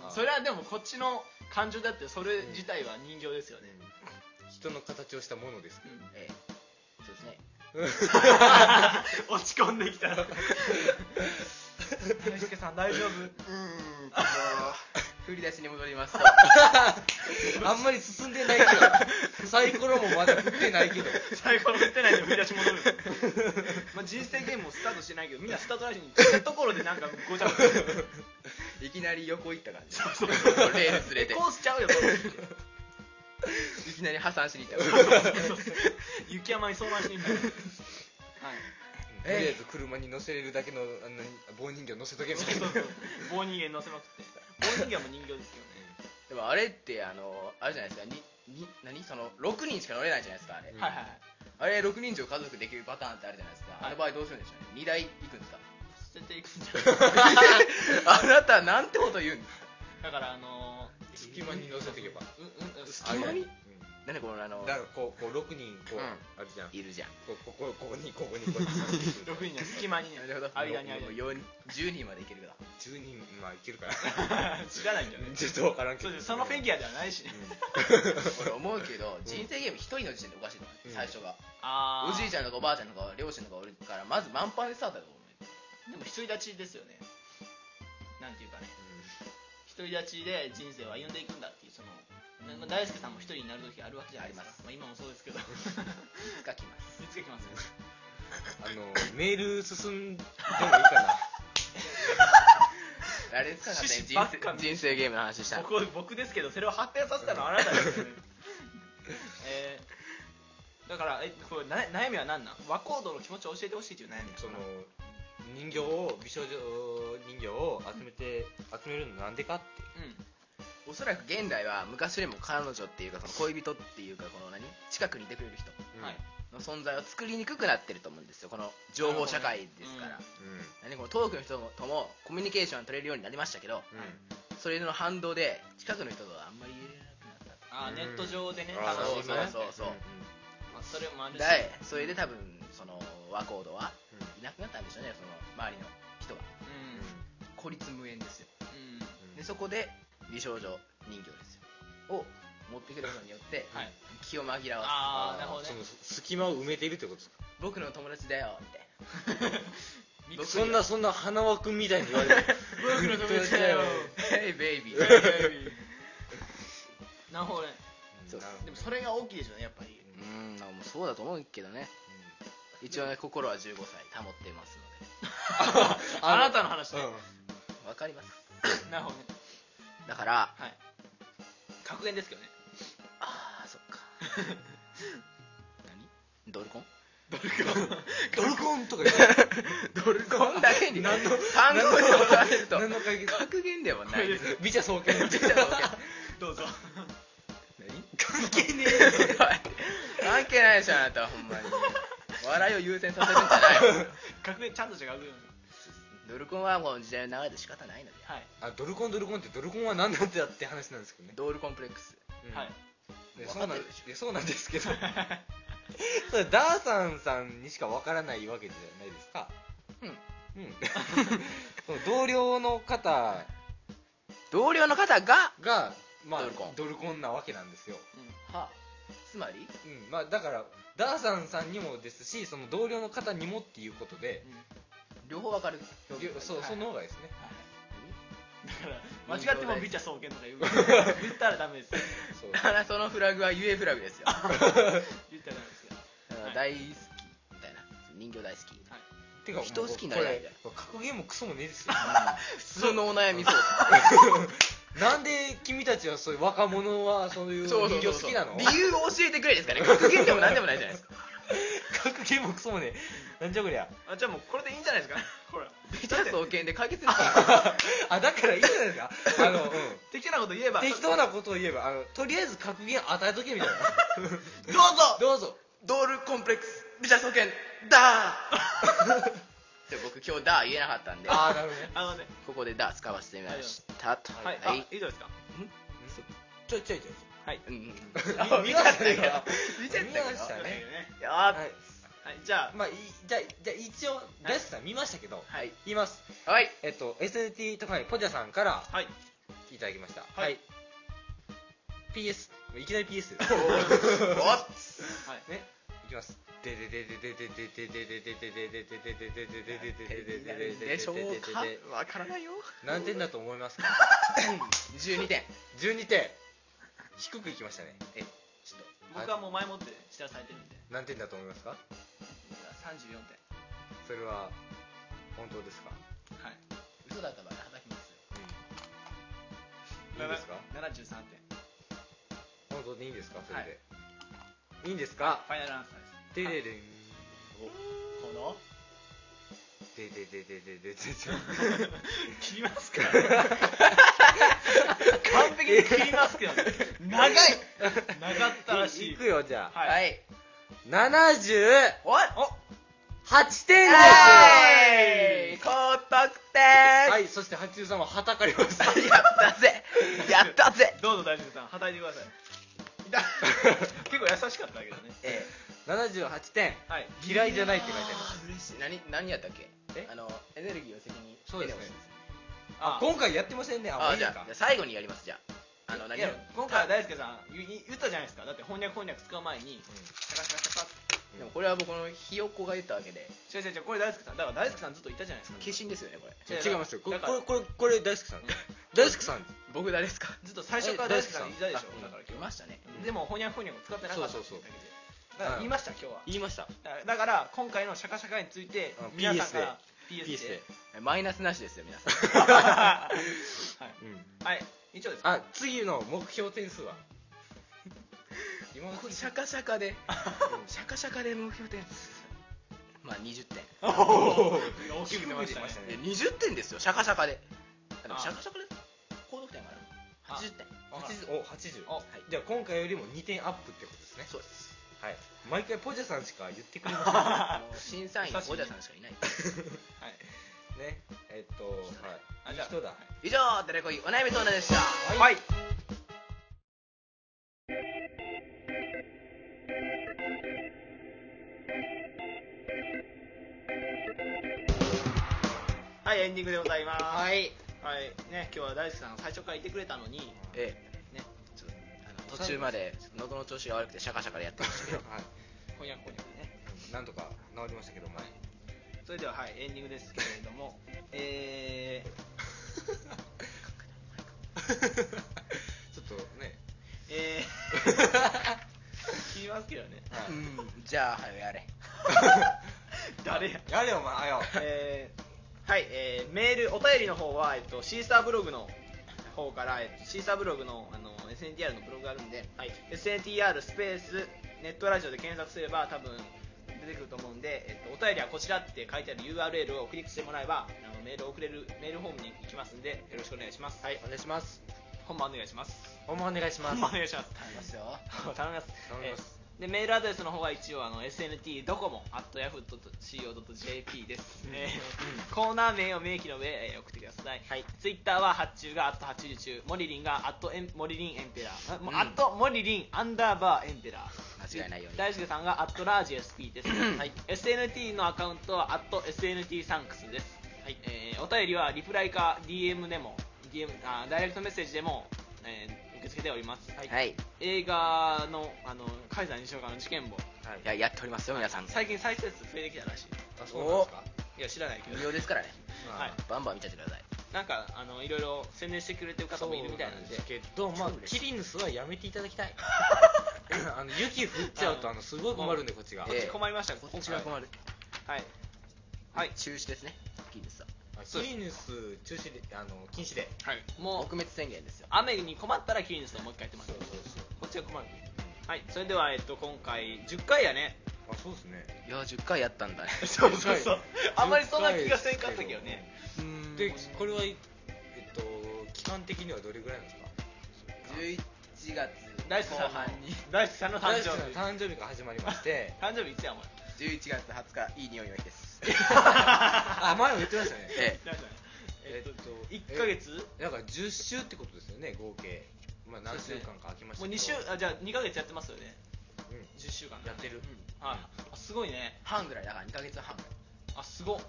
A: あー
B: それはでもこっちの感情だってそれ自体は人形ですよね
A: 人の形をしたもの です
D: ええそうですね
B: 落ち込んで きた
G: 谷助さん大丈夫
D: う ーんと振り出しに戻りますと
A: あんまり進んでないけ どサイコロもまだ振ってないけど
G: 最後振ってないで振り出し戻る まあ人生ゲームもスタートしてないけどみんなスタートラインに来たところでなんかごちゃごちゃ
D: いきなり横行った感じレールずれて
B: コースちゃうよ これ
D: いきなり破産しに行った
B: 雪山に相談しに行ったからはい
A: とりあえず車に乗せれるだけのあの棒人形乗せとけみたいな
B: 棒人間乗せまくって棒人間も人形ですよね
D: でもあれってあのあれじゃないですかにに何その6人しか乗れないじゃないですかあれ、
A: うん
B: はいはいはい
D: あれ6人以上家族できるパターンってあるじゃないですか
B: い
D: あの場合どうするんでしょうね2台行くん ですか
B: 捨てていくんじゃない
D: あなたなんてこと言うんですか
B: だからあの
A: 隙間に乗せていけば
B: ー、うんうん
A: あ
B: 隙
A: れ
B: 間に
A: うん
D: 何このあの
A: だからこうこう6人こう、
D: うん
A: あるじゃん
D: いるじゃん
A: こここここにここに ここに
B: 6人の隙間にね
D: なるほど
B: 間に間に
D: 4 10人までいけるから
A: 10人まあいけ るかな
B: 知らないけどね
A: ちょっとわからんけ
B: そ
A: ど
B: うですそのフィギュアではないしね
D: 俺思うけど人生ゲーム一人の時点でおかしいと思う、
A: うん
D: 最初が
B: あお
D: お
B: じ
D: じ
B: い
D: い
B: ち
D: ちゃんとかおばあちゃんとか両親とかおるからまず満帆でスタートだと思
B: ゃんでも独り立ちですよねなんていうかね独り立ちで人生を歩んでいくんだっていうその、まあ、大輔さんも一人になる時あるわけじゃないですかまあ、今もそうですけ ど
D: ういつか来ます
B: 見つけきますよ
A: あのメール進んでもいいかな
D: あれですかね
B: 趣旨
D: 人
B: ばっか
D: 生人生ゲームの話したの
B: 僕僕ですけどそれを発展させたのはあなたです、ね えーだからえこれな悩みは何なん和光度の気持ちを教えてほしいという悩み
A: その人形を美少女人形を集めて集めるのなんでかって
B: う
D: おそらく現代は昔よりも彼女っていうかその恋人っていうかこの何近くにいてくれる人
B: んはい、
D: の存在を作りにくくなってると思うんですよこの情報社会です
B: な
D: か
B: る
D: ら
B: ほどね
A: う
D: 何この遠くの人ともコミュニケーション取れるようになりましたけど
A: んうん
D: それの反動で近くの人とはあんまり言えなくなった
B: あーネット上でね
A: うん
B: 楽し
D: そう
B: み
D: そう
B: ま
D: そうそう
B: まあ、それもあるし
D: でそれで多分その和コードは
A: うんうん
D: いなくなったんでしょうねその周りの人は
B: うん
D: 孤立無縁ですよ
B: うん
D: でそこで美少女人形ですよを持ってくることによって
B: はい
D: 気を紛らわす
B: ああなるほど ね
A: その隙間を埋めているってことですか
D: 僕の友達だよみたいな
B: ミクシ
A: そんなそんな花輪君みたいに言われて
B: 僕の友達だ よ
D: Hey baby
B: なるほどね
D: そうです
B: でもそれが大きいでしょうねやっぱり
D: うーんもうそうだと思うけどね一応ね心は15歳保ってます
B: あなたの話ね、
D: のでわかります
B: なるほどね
D: だから
B: はい格言ですけどね
D: ああそっ か何ドルコン
A: ドルコンとか言って
D: ドルコンだけに単語で怒られると
A: 何の会議
D: 格言ではないです
A: 美茶総研
D: ちょっと待って
B: どうぞ
D: 関係ねえよ 関係ないでしょあなたはほんまに笑いを優先させるんじゃないよ
B: 格言ちゃんとした格言
D: ドルコンはもう時代の流れで仕方ないので
B: はい、
A: あドルコンドルコンってドルコンは何なんだって話なんですけどね、
D: ドールコンプレックス
A: うん
B: はい
A: で
D: 分
A: そ
D: か
A: う
D: って
A: なん
D: るでし
A: でそうなんですけどそれダーサンさんにしかわからないわけじゃないですか
D: うん
A: うん その同僚の方
D: 同僚の方が、は
A: がまあ
D: ドルコン
A: ドルコンなわけなんですよ、
D: あ、つまり
A: うんまあ、だからダーサンさんにもですしその同僚の方にもっていうことで、
D: 両方わかる
A: りょそうその方がですね、
B: はい、だから間違ってもビチャ総研とか言う言ったらダメですよ
A: そう
D: だからそのフラグはゆえフラグですよだか
B: 言ったらダメですよ
D: ら大好きみたいな人形大好き
A: てか
D: 人
A: もう
D: 好きになれない
A: これこれ格言もクソもねえですよ
D: 普通のお悩みそう
A: なんで君たちはそういう若者はそういう人形好きなの
D: 理由を教えてくれですかね格言でも何でもないじゃない ですか
A: 格言もクソもねえなんじゃこりゃ
B: あじゃあもうこれでいいんじゃないですか ほら
D: 一つ総研で解決ですか
A: あだからいいじゃないです かあの、うん、
B: 適当なこと言えば
A: 適当なことを言えばあのとりあえず格言与えとけみたいな
D: どうぞ
A: どうぞ
D: ドールコンプレックスビジャ総研だーでも僕今日ダー言えなかったんで、
H: ああなるほどね
B: あのね
D: ここでダー使わせてみましたと。
B: はい、
D: はい
B: あ以上ですか
A: ちょいちょいちょい
D: うんうん
A: 見ましたよ
H: 見ちゃったけど
A: 見ました
B: だ
A: ね
B: よね
H: いや
A: はい
B: はいじゃあ
A: まあいじゃあじゃあ一応大輔さん見ましたけど
D: はい。
A: 言います
D: はい。
A: えっと SNT 特派員ポジャさんから
B: はい
A: いただきました
B: はい
A: はい PS いきなり PS
D: おっ
A: ねいきますでででででででででででででででででででで
D: でしょうかわからないよ。
A: 何点だと思いますか
D: 12点。
A: 12点低くいきましたねえちょっ
B: 僕はもう前もって知らされてるんで
A: と何点だと思いますか
B: 僕は34点
A: それは本当ですか
B: はい嘘だった場合叩きますよ
A: いいですか
B: 73点
A: 本当でいいんですかそれで、い、いんですか
B: ファイナルアンサーです
A: でででん
B: この
A: ででででででで
B: 切りますか完璧に切りますけ どね長い長ったらし
A: い
B: い
A: くよじゃあ、
B: はい、
D: はい。
A: 78
D: おっ
A: 点です
D: はい高得点
A: はいそして83ははたかりました
D: やったぜやったぜ
B: どうぞ大丈夫さんはたいてください痛い 結構優しかったけどね
D: え
A: 78点
B: はい
A: 嫌いじゃないって書いてあります
D: ー嬉しい何何やったっけ
A: え
D: あのエネルギーを責任
A: そうですね
B: あ
A: 今回やってませんねあも
D: あ
A: う
D: ー
A: いい
D: じゃ
A: か
D: あじゃあ最後にやりますじゃああの
B: い
D: 何を
B: や今回は大輔さん言い言ったじゃないですかだって翻訳翻訳使う前にシャカシャカシャカって
D: でもこれは僕のひよこが言ったわけで
B: 違う違う違うこれ大輔さんだから大輔さんずっと言ったじゃないですか
D: 化身ですよねこれ
B: や
A: 違いますよこれ
B: だか
A: こ
B: ら
A: れこれこれ大好きさん大好きさん
D: 僕誰ですか
B: ずっと最初から大輔さん言ったでしょ
D: あ
B: だから
D: い
B: 今
D: ましたね
B: 日でも翻訳翻訳使ってなかったって言っただけでだから言いました今日は
A: 言いました
B: だからだから今回のシャカシャカについて
A: うん
B: 皆さんから
A: PS
B: PS
A: で
B: で
D: マイナスなしですよ皆さん
A: うん
B: はい以上です
A: あ次の目標点数は今の
D: これシャカシャカでシャカシャカで目標点まあ20点
B: おお大き
A: 低く出
B: く出ま
A: ま
B: し
A: したた
B: ね
A: ね
D: いや20点ですよシャカシャカであでも
B: あ
D: シャカシャカで高得点かな
B: あ
D: 80点
A: 80お80
B: お
A: じゃあ今回よりも2点アップってことですね
D: そうです
A: はい毎回ポジャさんしか言ってくれませんか
D: あの審査員のゴジャさんしかいない
B: はい
A: ら ねえっとはいいい人だ
D: 以上「テレコイお悩み相談」でした
B: はいはいエンディングでございますはい、
D: い
B: ね今日は大輔さんが最初からいてくれたのに
D: ええ
B: ね
D: ちょっとあの途中まで喉の調子が悪くてシャカシャカでやってましたけど
A: はい
B: 翻訳翻訳ね
A: なんとか治りましたけど前
B: それでははいエンディングですけれどもえ
A: ちょっとね
B: ー、えー、 切りますけどね
A: は
D: う
A: い
D: ん じゃあはいやれ
B: 誰や
A: やれお前よ
B: えーはい、えーメールお便りの方は、えっと、シーサーブログの方から、えっとシーサーブログのあの SNTR のブログがあるんで、SNTR スペースネットラジオで検索すれば多分出てくると思うんで、えっと、お便りはこちらって書いてある URL をクリックしてもらえばあのメールを送れるメールフォームに行きますんでよろしくお願いします、はい
A: お、願いします
B: 本番お願いします
A: お前お願いします
B: 本番お願いします
D: 頼みますよ
B: 頼みます
A: 頼みます
B: えーでメールアドレスの方は一応あの SNT ドコモ at yahoo.co.jp です、えーコーナー名を明記の上、えー送ってください、
A: はい
B: ツイッターは発注が at 発注中モリリンが at エンモリリンエンペラー、
D: うん
B: あもう at モリリンアンダーバーエンペラー
D: 間違いないように
B: 大輔さんがアットラージ SP です、はい、SNT のアカウントはアット SNT サンクスです、はいえーお便りはリプライか DM でも DM あダイレクトメッセージでも、えー受け付けております、は
D: はい
B: 映画のあのカイザー西岡の事件簿
A: はい
D: いややっておりますよ皆さん
B: 最近再生数増えてきたらしい
A: あそうなんですか
B: いや知らないけ
D: 無
B: ど
D: 料ですからね
A: まあ
B: はい
D: バンバン見ちゃってください
B: なんかあのいろいろ宣伝してくれてる方もいるみたいなんで
A: そうけどまあキリヌスはやめていただきた いあの雪降っちゃうとあのすごい困るんでこっちが
D: ええ
B: 困りました
D: こっちが
B: 今
D: 困る
B: 回はい、はい
D: 中止ですねいいですよ
A: キリヌス中止であの禁止で
B: はい、も
D: 撲
B: う
D: 滅宣言ですよ
B: 雨に困ったらキリヌスともう一回やってもらって
A: そう
B: こっちが困るはいそれでは、えっと、今回10回やね
A: あそうですね
D: いや10回やったんだね
B: そう
A: そうそう
B: あんまりそんな気がせんかったけどね
D: うん
A: でこれはえっと期間的にはどれぐらいなんですか
D: 11月
B: 大輔さん
D: 後半に
B: の大輔さんの誕生日
A: 大輔さんの誕生日が始まりまして
B: 誕生日いつやお前
D: 11月20日いい匂いの日です
A: あ前も言ってましたね
D: ええ
B: えっと1ヶ月
A: だから10週ってことですよね合計まあ何週間か空きまし
B: も
A: たけ
B: う
A: ど
B: 2週あじゃあ2ヶ月やってますよね
A: うん
B: 10週間
A: やってる
B: はいあすごいね
D: 半ぐらいだから2ヶ月半ぐらい
B: あすごっへ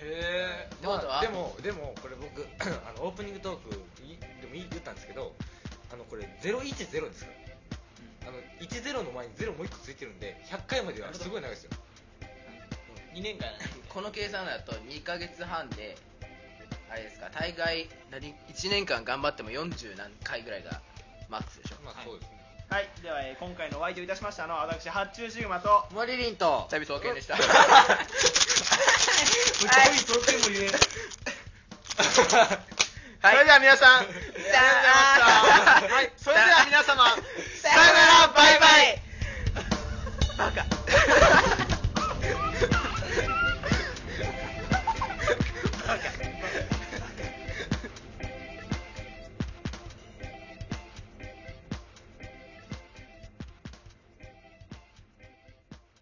B: え
D: ってこと
A: ま
D: は
A: あでもでもこれ僕 あのオープニングトークいでもいい言ったんですけどあのこれ010ですからあの10の前に0もう1個ついてるんで100回まではすごい長いですよ
B: 2年間やね
D: この計算だと2ヶ月半であれですか大概何1年間頑張っても40何回ぐらいがマックスでしょ
A: まあそうですね
I: はいでは、えー今回のお相手をいたしましたのは私発注シグマ と
D: モリリンと久々おけんでした
B: はいどうしても言え
I: それでは皆さん、ありがとうございました。
D: はい
I: それでは皆様、
J: さよならバイバイ